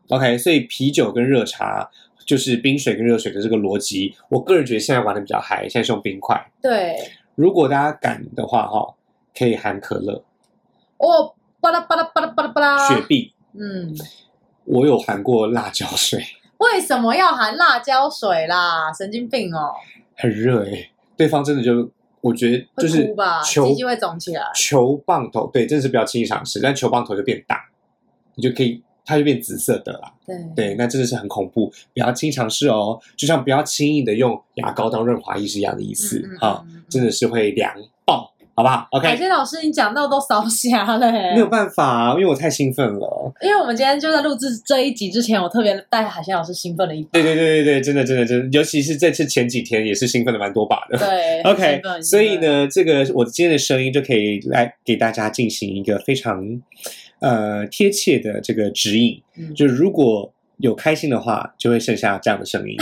S1: OK，所以啤酒跟热茶。就是冰水跟热水的这个逻辑，我个人觉得现在玩的比较嗨，现在是用冰块。
S2: 对，
S1: 如果大家敢的话，哈，可以含可乐、
S2: 哦，巴拉巴拉巴拉巴拉巴拉，
S1: 雪碧，
S2: 嗯，
S1: 我有含过辣椒水，
S2: 为什么要含辣椒水啦？神经病哦，
S1: 很热诶、对方真的就我觉得
S2: 会
S1: 就是
S2: 哭吧，
S1: 球
S2: 鸡鸡会肿起来。
S1: 球棒头，对，真的是不要轻易尝试，但球棒头就变大，你就可以它就变紫色的啦。
S2: 对
S1: 对，那真的是很恐怖，不要轻易尝试哦。就像不要轻易的用牙膏当润滑液是一样的意思
S2: 嗯嗯
S1: 啊、
S2: 嗯嗯
S1: 真的是会凉爆，好不好
S2: 海
S1: ？OK，
S2: 鲜老师，你讲到都烧瞎了、欸，
S1: 没有办法、啊，因为我太兴奋了。
S2: 因为我们今天就在录制这一集之前，我特别带海鲜老师兴奋了一把。
S1: 对对对对对，真的真的真的，尤其是这次前几天也是兴奋了蛮多把的。
S2: 对
S1: OK，
S2: 兴奋
S1: 所以，
S2: 兴奋
S1: 呢，这个我今天的声音就可以来给大家进行一个非常呃贴切的这个指引。
S2: 嗯
S1: 就如果有开心的话，就会剩下这样的 声音；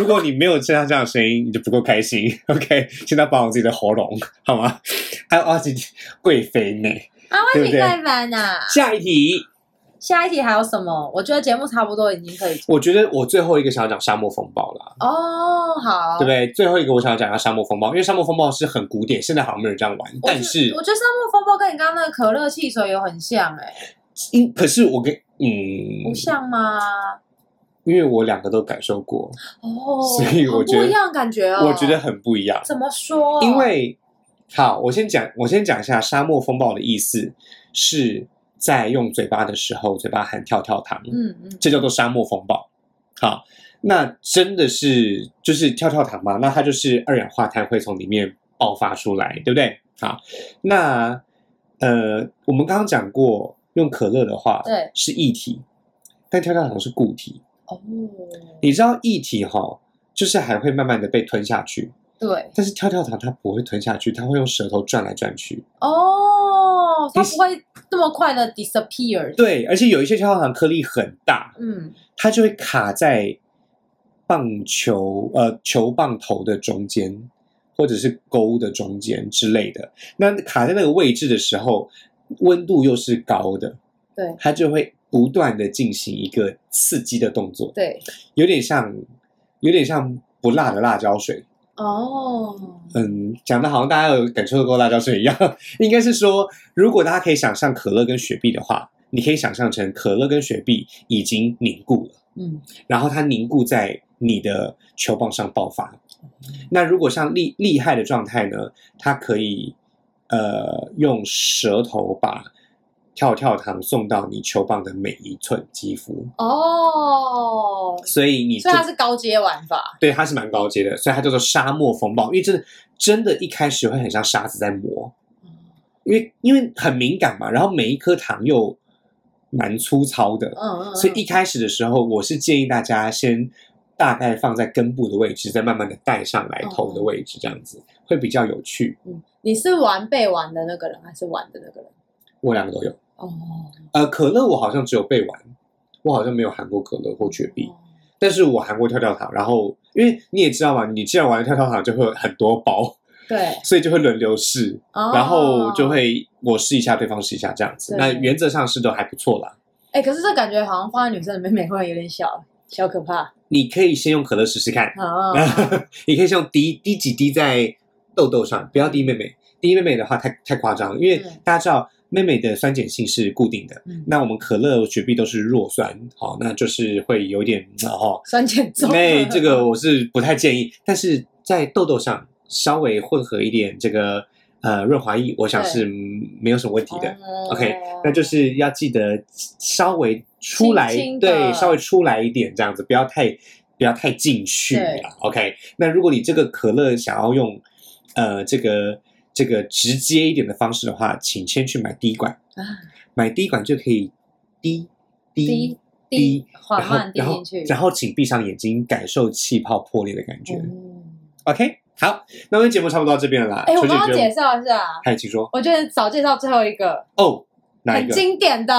S1: 如果你没有剩下这样的声音，你就不够开心。OK，现在保护自己的喉咙好吗？还有二十贵妃呢。
S2: 啊，
S1: 对不
S2: 为你
S1: 对
S2: 盖班呐。
S1: 下一题，
S2: 啊下一题还有什么？我觉得节目差不多已经可以
S1: 我觉得我最后一个想要讲沙漠风暴啦，
S2: 哦，好，
S1: 嗯对不对？最后一个我想要讲一下沙漠风暴，因为沙漠风暴是很古典，现在好像没有人这样玩，
S2: 我觉
S1: 但是
S2: 我觉得沙漠风暴跟你刚刚那个可乐汽水有很像、欸，
S1: 嗯
S2: 哎，
S1: 因可是我跟嗯
S2: 不像吗？
S1: 因为我两个都感受过，
S2: 哦，
S1: 所以我
S2: 好
S1: 觉得
S2: 不一样感觉哦。
S1: 我觉得很不一样。
S2: 怎么说？
S1: 因为好，我先讲，我先讲一下沙漠风暴的意思，是在用嘴巴的时候，嘴巴含跳跳糖，
S2: 嗯嗯
S1: 这叫做沙漠风暴。好，那真的是就是跳跳糖嘛，那它就是二氧化碳会从里面爆发出来，对不对？好，那呃，我们刚刚讲过，用可乐的话，
S2: 对，
S1: 是液体，但跳跳糖是固体。
S2: 哦，
S1: 你知道液体哈、就是还会慢慢的被吞下去，
S2: 对，
S1: 但是跳跳糖它不会吞下去，它会用舌头转来转去。
S2: 哦，它
S1: 你
S2: 不会这么快的 disappear。，
S1: 对，而且有一些跳跳糖颗粒很大，
S2: 嗯，
S1: 它就会卡在棒球呃球棒头的中间，或者是钩的中间之类的。那卡在那个位置的时候，温度又是高的，
S2: 对
S1: 它就会不断的进行一个刺激的动作，
S2: 对，
S1: 有点像有点像不辣的辣椒水。
S2: 哦，
S1: 嗯，讲的好像大家有感受过辣椒水一样， 应该是说，如果大家可以想象可乐跟雪碧的话，你可以想象成可乐跟雪碧已经凝固了。
S2: 嗯，
S1: 然后它凝固在你的球棒上爆发。
S2: 嗯
S1: 那如果像厉厉害的状态呢，它可以呃用舌头把跳跳糖送到你球棒的每一寸肌肤，
S2: 哦，
S1: 所以你
S2: 所以它
S1: 就是
S2: 高阶玩法。
S1: 对它是蛮高阶的，所以它叫做沙漠风暴，因为真的真的一开始会很像沙子在磨，
S2: 嗯
S1: 因为因为很敏感嘛，然后每一颗糖又蛮粗糙的，
S2: 嗯嗯，
S1: 所以一开始的时候，我是建议大家先大概放在根部的位置，再慢慢的带上来头
S2: 哦
S1: 的位置，这样子会比较有趣。
S2: 嗯，你是玩被玩的那个人，还是玩的那个人？
S1: 我两个都有。
S2: 哦，
S1: 呃，可乐我好像只有被玩，我好像没有含过可乐或
S2: 哦
S1: 雪碧，但是我含过跳跳糖。然后因为你也知道嘛，你既然玩了跳跳糖，就会有很多包，
S2: 对，
S1: 所以就会轮流试，
S2: 哦
S1: 然后就。会我试一下，对方试一下这样子。
S2: 对
S1: 那原则上是都还不错啦。
S2: 哎、可是这感觉好像放在女生里面，每个人有点小小可怕
S1: 你可以先用可乐试试看，
S2: 啊。
S1: 你可以先用滴滴几滴在痘痘上，不要滴妹妹。滴妹妹的话太太夸张了，因为
S2: 嗯
S1: 大家知道妹妹的酸碱性是固定的，
S2: 嗯
S1: 那我们可乐、雪碧都是弱酸，好、那就是会有点哦。
S2: 酸碱 中和，
S1: 那这个我是不太建议，但是在痘痘上稍微混合一点这个呃润滑液，我想是没有什么问题的。
S2: 哦
S1: OK，那就是要记得稍微出来，
S2: 轻轻地
S1: 对，稍微出来一点这样子，不要太不要太进去
S2: 对
S1: 了。OK，那如果你这个可乐想要用呃这个这个直接一点的方式的话，请先去买滴管，
S2: 啊
S1: 买滴管就可以滴滴
S2: 滴滴缓慢滴
S1: 然后
S2: 进去，
S1: 然后然后请闭上眼睛，感受气泡破裂的感觉。
S2: 嗯
S1: OK，好，那我们节目差不多到这边了啦。
S2: 哎、我
S1: 球姐
S2: 帮
S1: 觉
S2: 他
S1: 得
S2: 介，绍一下，
S1: 嗨，请说。
S2: 我觉得少介绍最后一个
S1: 哦，哪一
S2: 很
S1: 个？
S2: 经典的，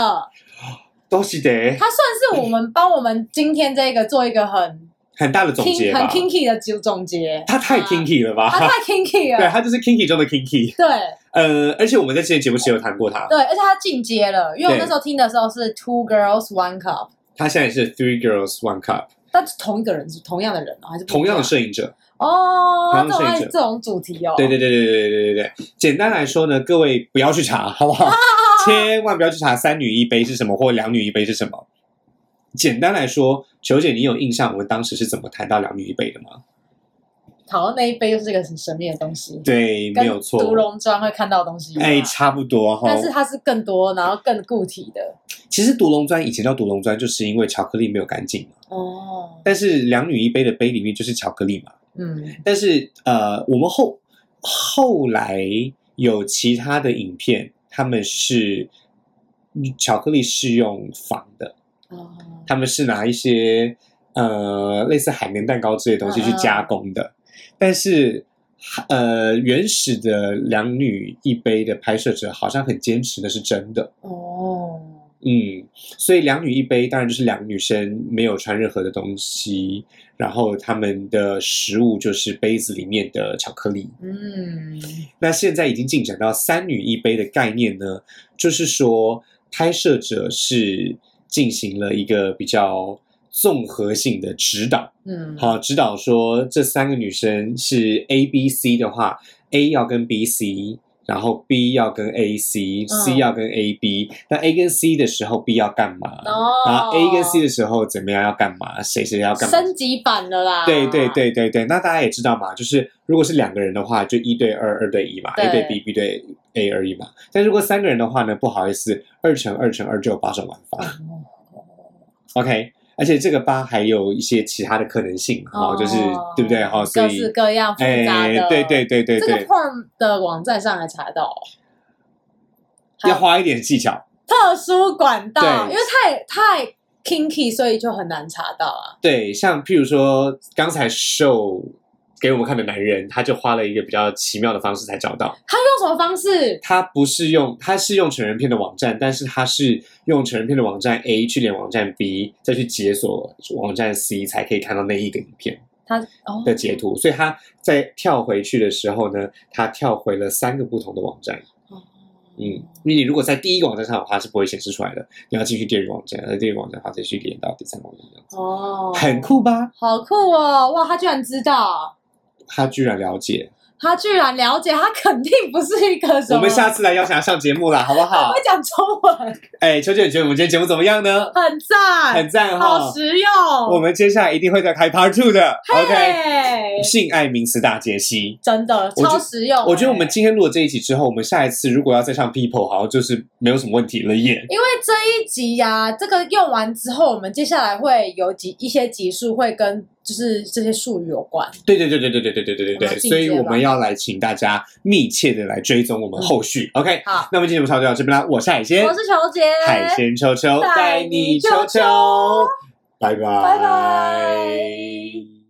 S1: 都是得
S2: 它算是我们帮我们今天这个做一个很
S1: 很大的总
S2: king
S1: 结
S2: 很
S1: 吧。
S2: kinky 的总总结，
S1: 他太
S2: 啊
S1: kinky 了吧？
S2: 它 太 kinky
S1: 对，
S2: 了，
S1: 他就是 kinky 中的 kinky。
S2: 对
S1: 呃，而且我们在之前节目是有谈过他，
S2: 对，而且它进阶了，因为我那时候听的时候是 two girls one cup，
S1: 他现在是 three girls one cup，
S2: 但是同一个人是同样的人哦，还是不一
S1: 同样的摄影者。
S2: 哦，
S1: 同样
S2: 他这
S1: 的
S2: 种
S1: 摄影
S2: 爱
S1: 者
S2: 这种主题哦，
S1: 对对对对对对对对。简单来说呢，各位不要去查，好 不好？千万不要去查三女一杯是什么，或两女一杯是什么。简单来说，球姐，你有印象我们当时是怎么谈到两女一杯的吗？
S2: 讨论那一杯又是个很神秘的东西，
S1: 对，没有
S2: 跟独
S1: 错。
S2: 龙砖会看到的东西一样，
S1: 哎，差不多哈。
S2: 但是它是更多，然后更固体的
S1: 其实独龙砖以前叫独龙砖，就是因为巧克力没有干净嘛。
S2: 哦，
S1: 但是两女一杯的杯里面就是巧克力嘛。
S2: 嗯，
S1: 但是呃，我们后后来有其他的影片，他们是嗯巧克力是用仿的，
S2: 哦，
S1: 他们是拿一些呃类似海绵蛋糕之类的东西
S2: 嗯嗯嗯
S1: 去加工的，但是。呃，原始的两女一杯的拍摄者好像很坚持的是真的，
S2: 哦，
S1: 嗯，所以两女一杯当然就是两个女生没有穿任何的东西，然后她们的食物就是杯子里面的巧克力，
S2: 嗯，
S1: 那现在已经进展到三女一杯的概念呢，就是说拍摄者是进行了一个比较综合性的指导，
S2: 嗯，
S1: 好，指导说这三个女生是 A、B、C 的话，A 要跟 B、C。然后 B 要跟 A、C、C
S2: 嗯
S1: 要跟 A、B，、那 A 跟 C 的时候 B 要干嘛？
S2: 哦，
S1: 然后 A 跟 C 的时候怎么样要干嘛？谁谁要干嘛？
S2: 升级版的啦，
S1: 对对，对对对，那大家也知道嘛，就是如果是两个人的话，就一对二，二对一嘛
S2: 对
S1: ，A 对 B，B 对 A 而已嘛。但如果三个人的话呢，不好意思，二乘二乘二就有八种玩法。
S2: 哦
S1: OK，而且这个八还有一些其他的可能性嘛，哦，就是
S2: 哦
S1: 对不对？哈，所
S2: 各
S1: 以
S2: 式各样复杂
S1: 哎
S2: 的，，
S1: 对对对对
S2: 这个
S1: 对，
S2: porn 的网站上还查得到哦，还有
S1: 要花一点技巧。
S2: 特殊管道，
S1: 对
S2: 因为太太 kinky，所以就很难查到啊。
S1: 对，像譬如说刚才秀给我们看的男人，他就花了一个比较奇妙的方式才找到。
S2: 他用什么方式？
S1: 他不是用，他是用成人片的网站，但是他是用成人片的网站 A 去连网站 B，再去解锁网站 C 才可以看到那一个影片
S2: 他哦，
S1: 的截图。所以他在跳回去的时候呢，他跳回了三个不同的网站。
S2: 哦
S1: 嗯，因为你如果在第一个网站上，它是不会显示出来的，你要进去第二个网站，而第二个网站它再去连到第三个网站，这样子
S2: 哦，
S1: 很，酷吧？
S2: 好酷哦！哇，他居然知道，
S1: 他居然了解，
S2: 他居然了解，他肯定不是一啊个什么。
S1: 我们下次来邀请他上节目啦，好不好
S2: 会？讲中文，
S1: 哎，秋姐，你觉得我们今天节目怎么样呢？
S2: 很赞，
S1: 很赞哦哈、
S2: 好实用。
S1: 我们接下来一定会再开 Part Two 的，OK？
S2: 嘿
S1: 性爱名词大解析。
S2: 真的
S1: 我觉
S2: 超实用欸。
S1: 我觉得我们今天录了这一集之后，我们下一次如果要再上 People，好像就是没有什么问题了耶。
S2: 因为这一集呀、这个用完之后，我们接下来会有几一些集数会跟就是这些术语有关。
S1: 对对对对对对对对对对
S2: 我
S1: 对，
S2: 们进
S1: 所
S2: 阶吧
S1: 以我们要来请大家密切的来追踪我们后续，OK？
S2: 好，
S1: 那么今天我们差不多到这边啦，我是海鲜
S2: 我，是球姐，
S1: 哎海鲜秋秋
S2: 带
S1: 带
S2: 你
S1: 你
S2: 秋
S1: 秋
S2: 秋
S1: 秋，拜拜
S2: 拜拜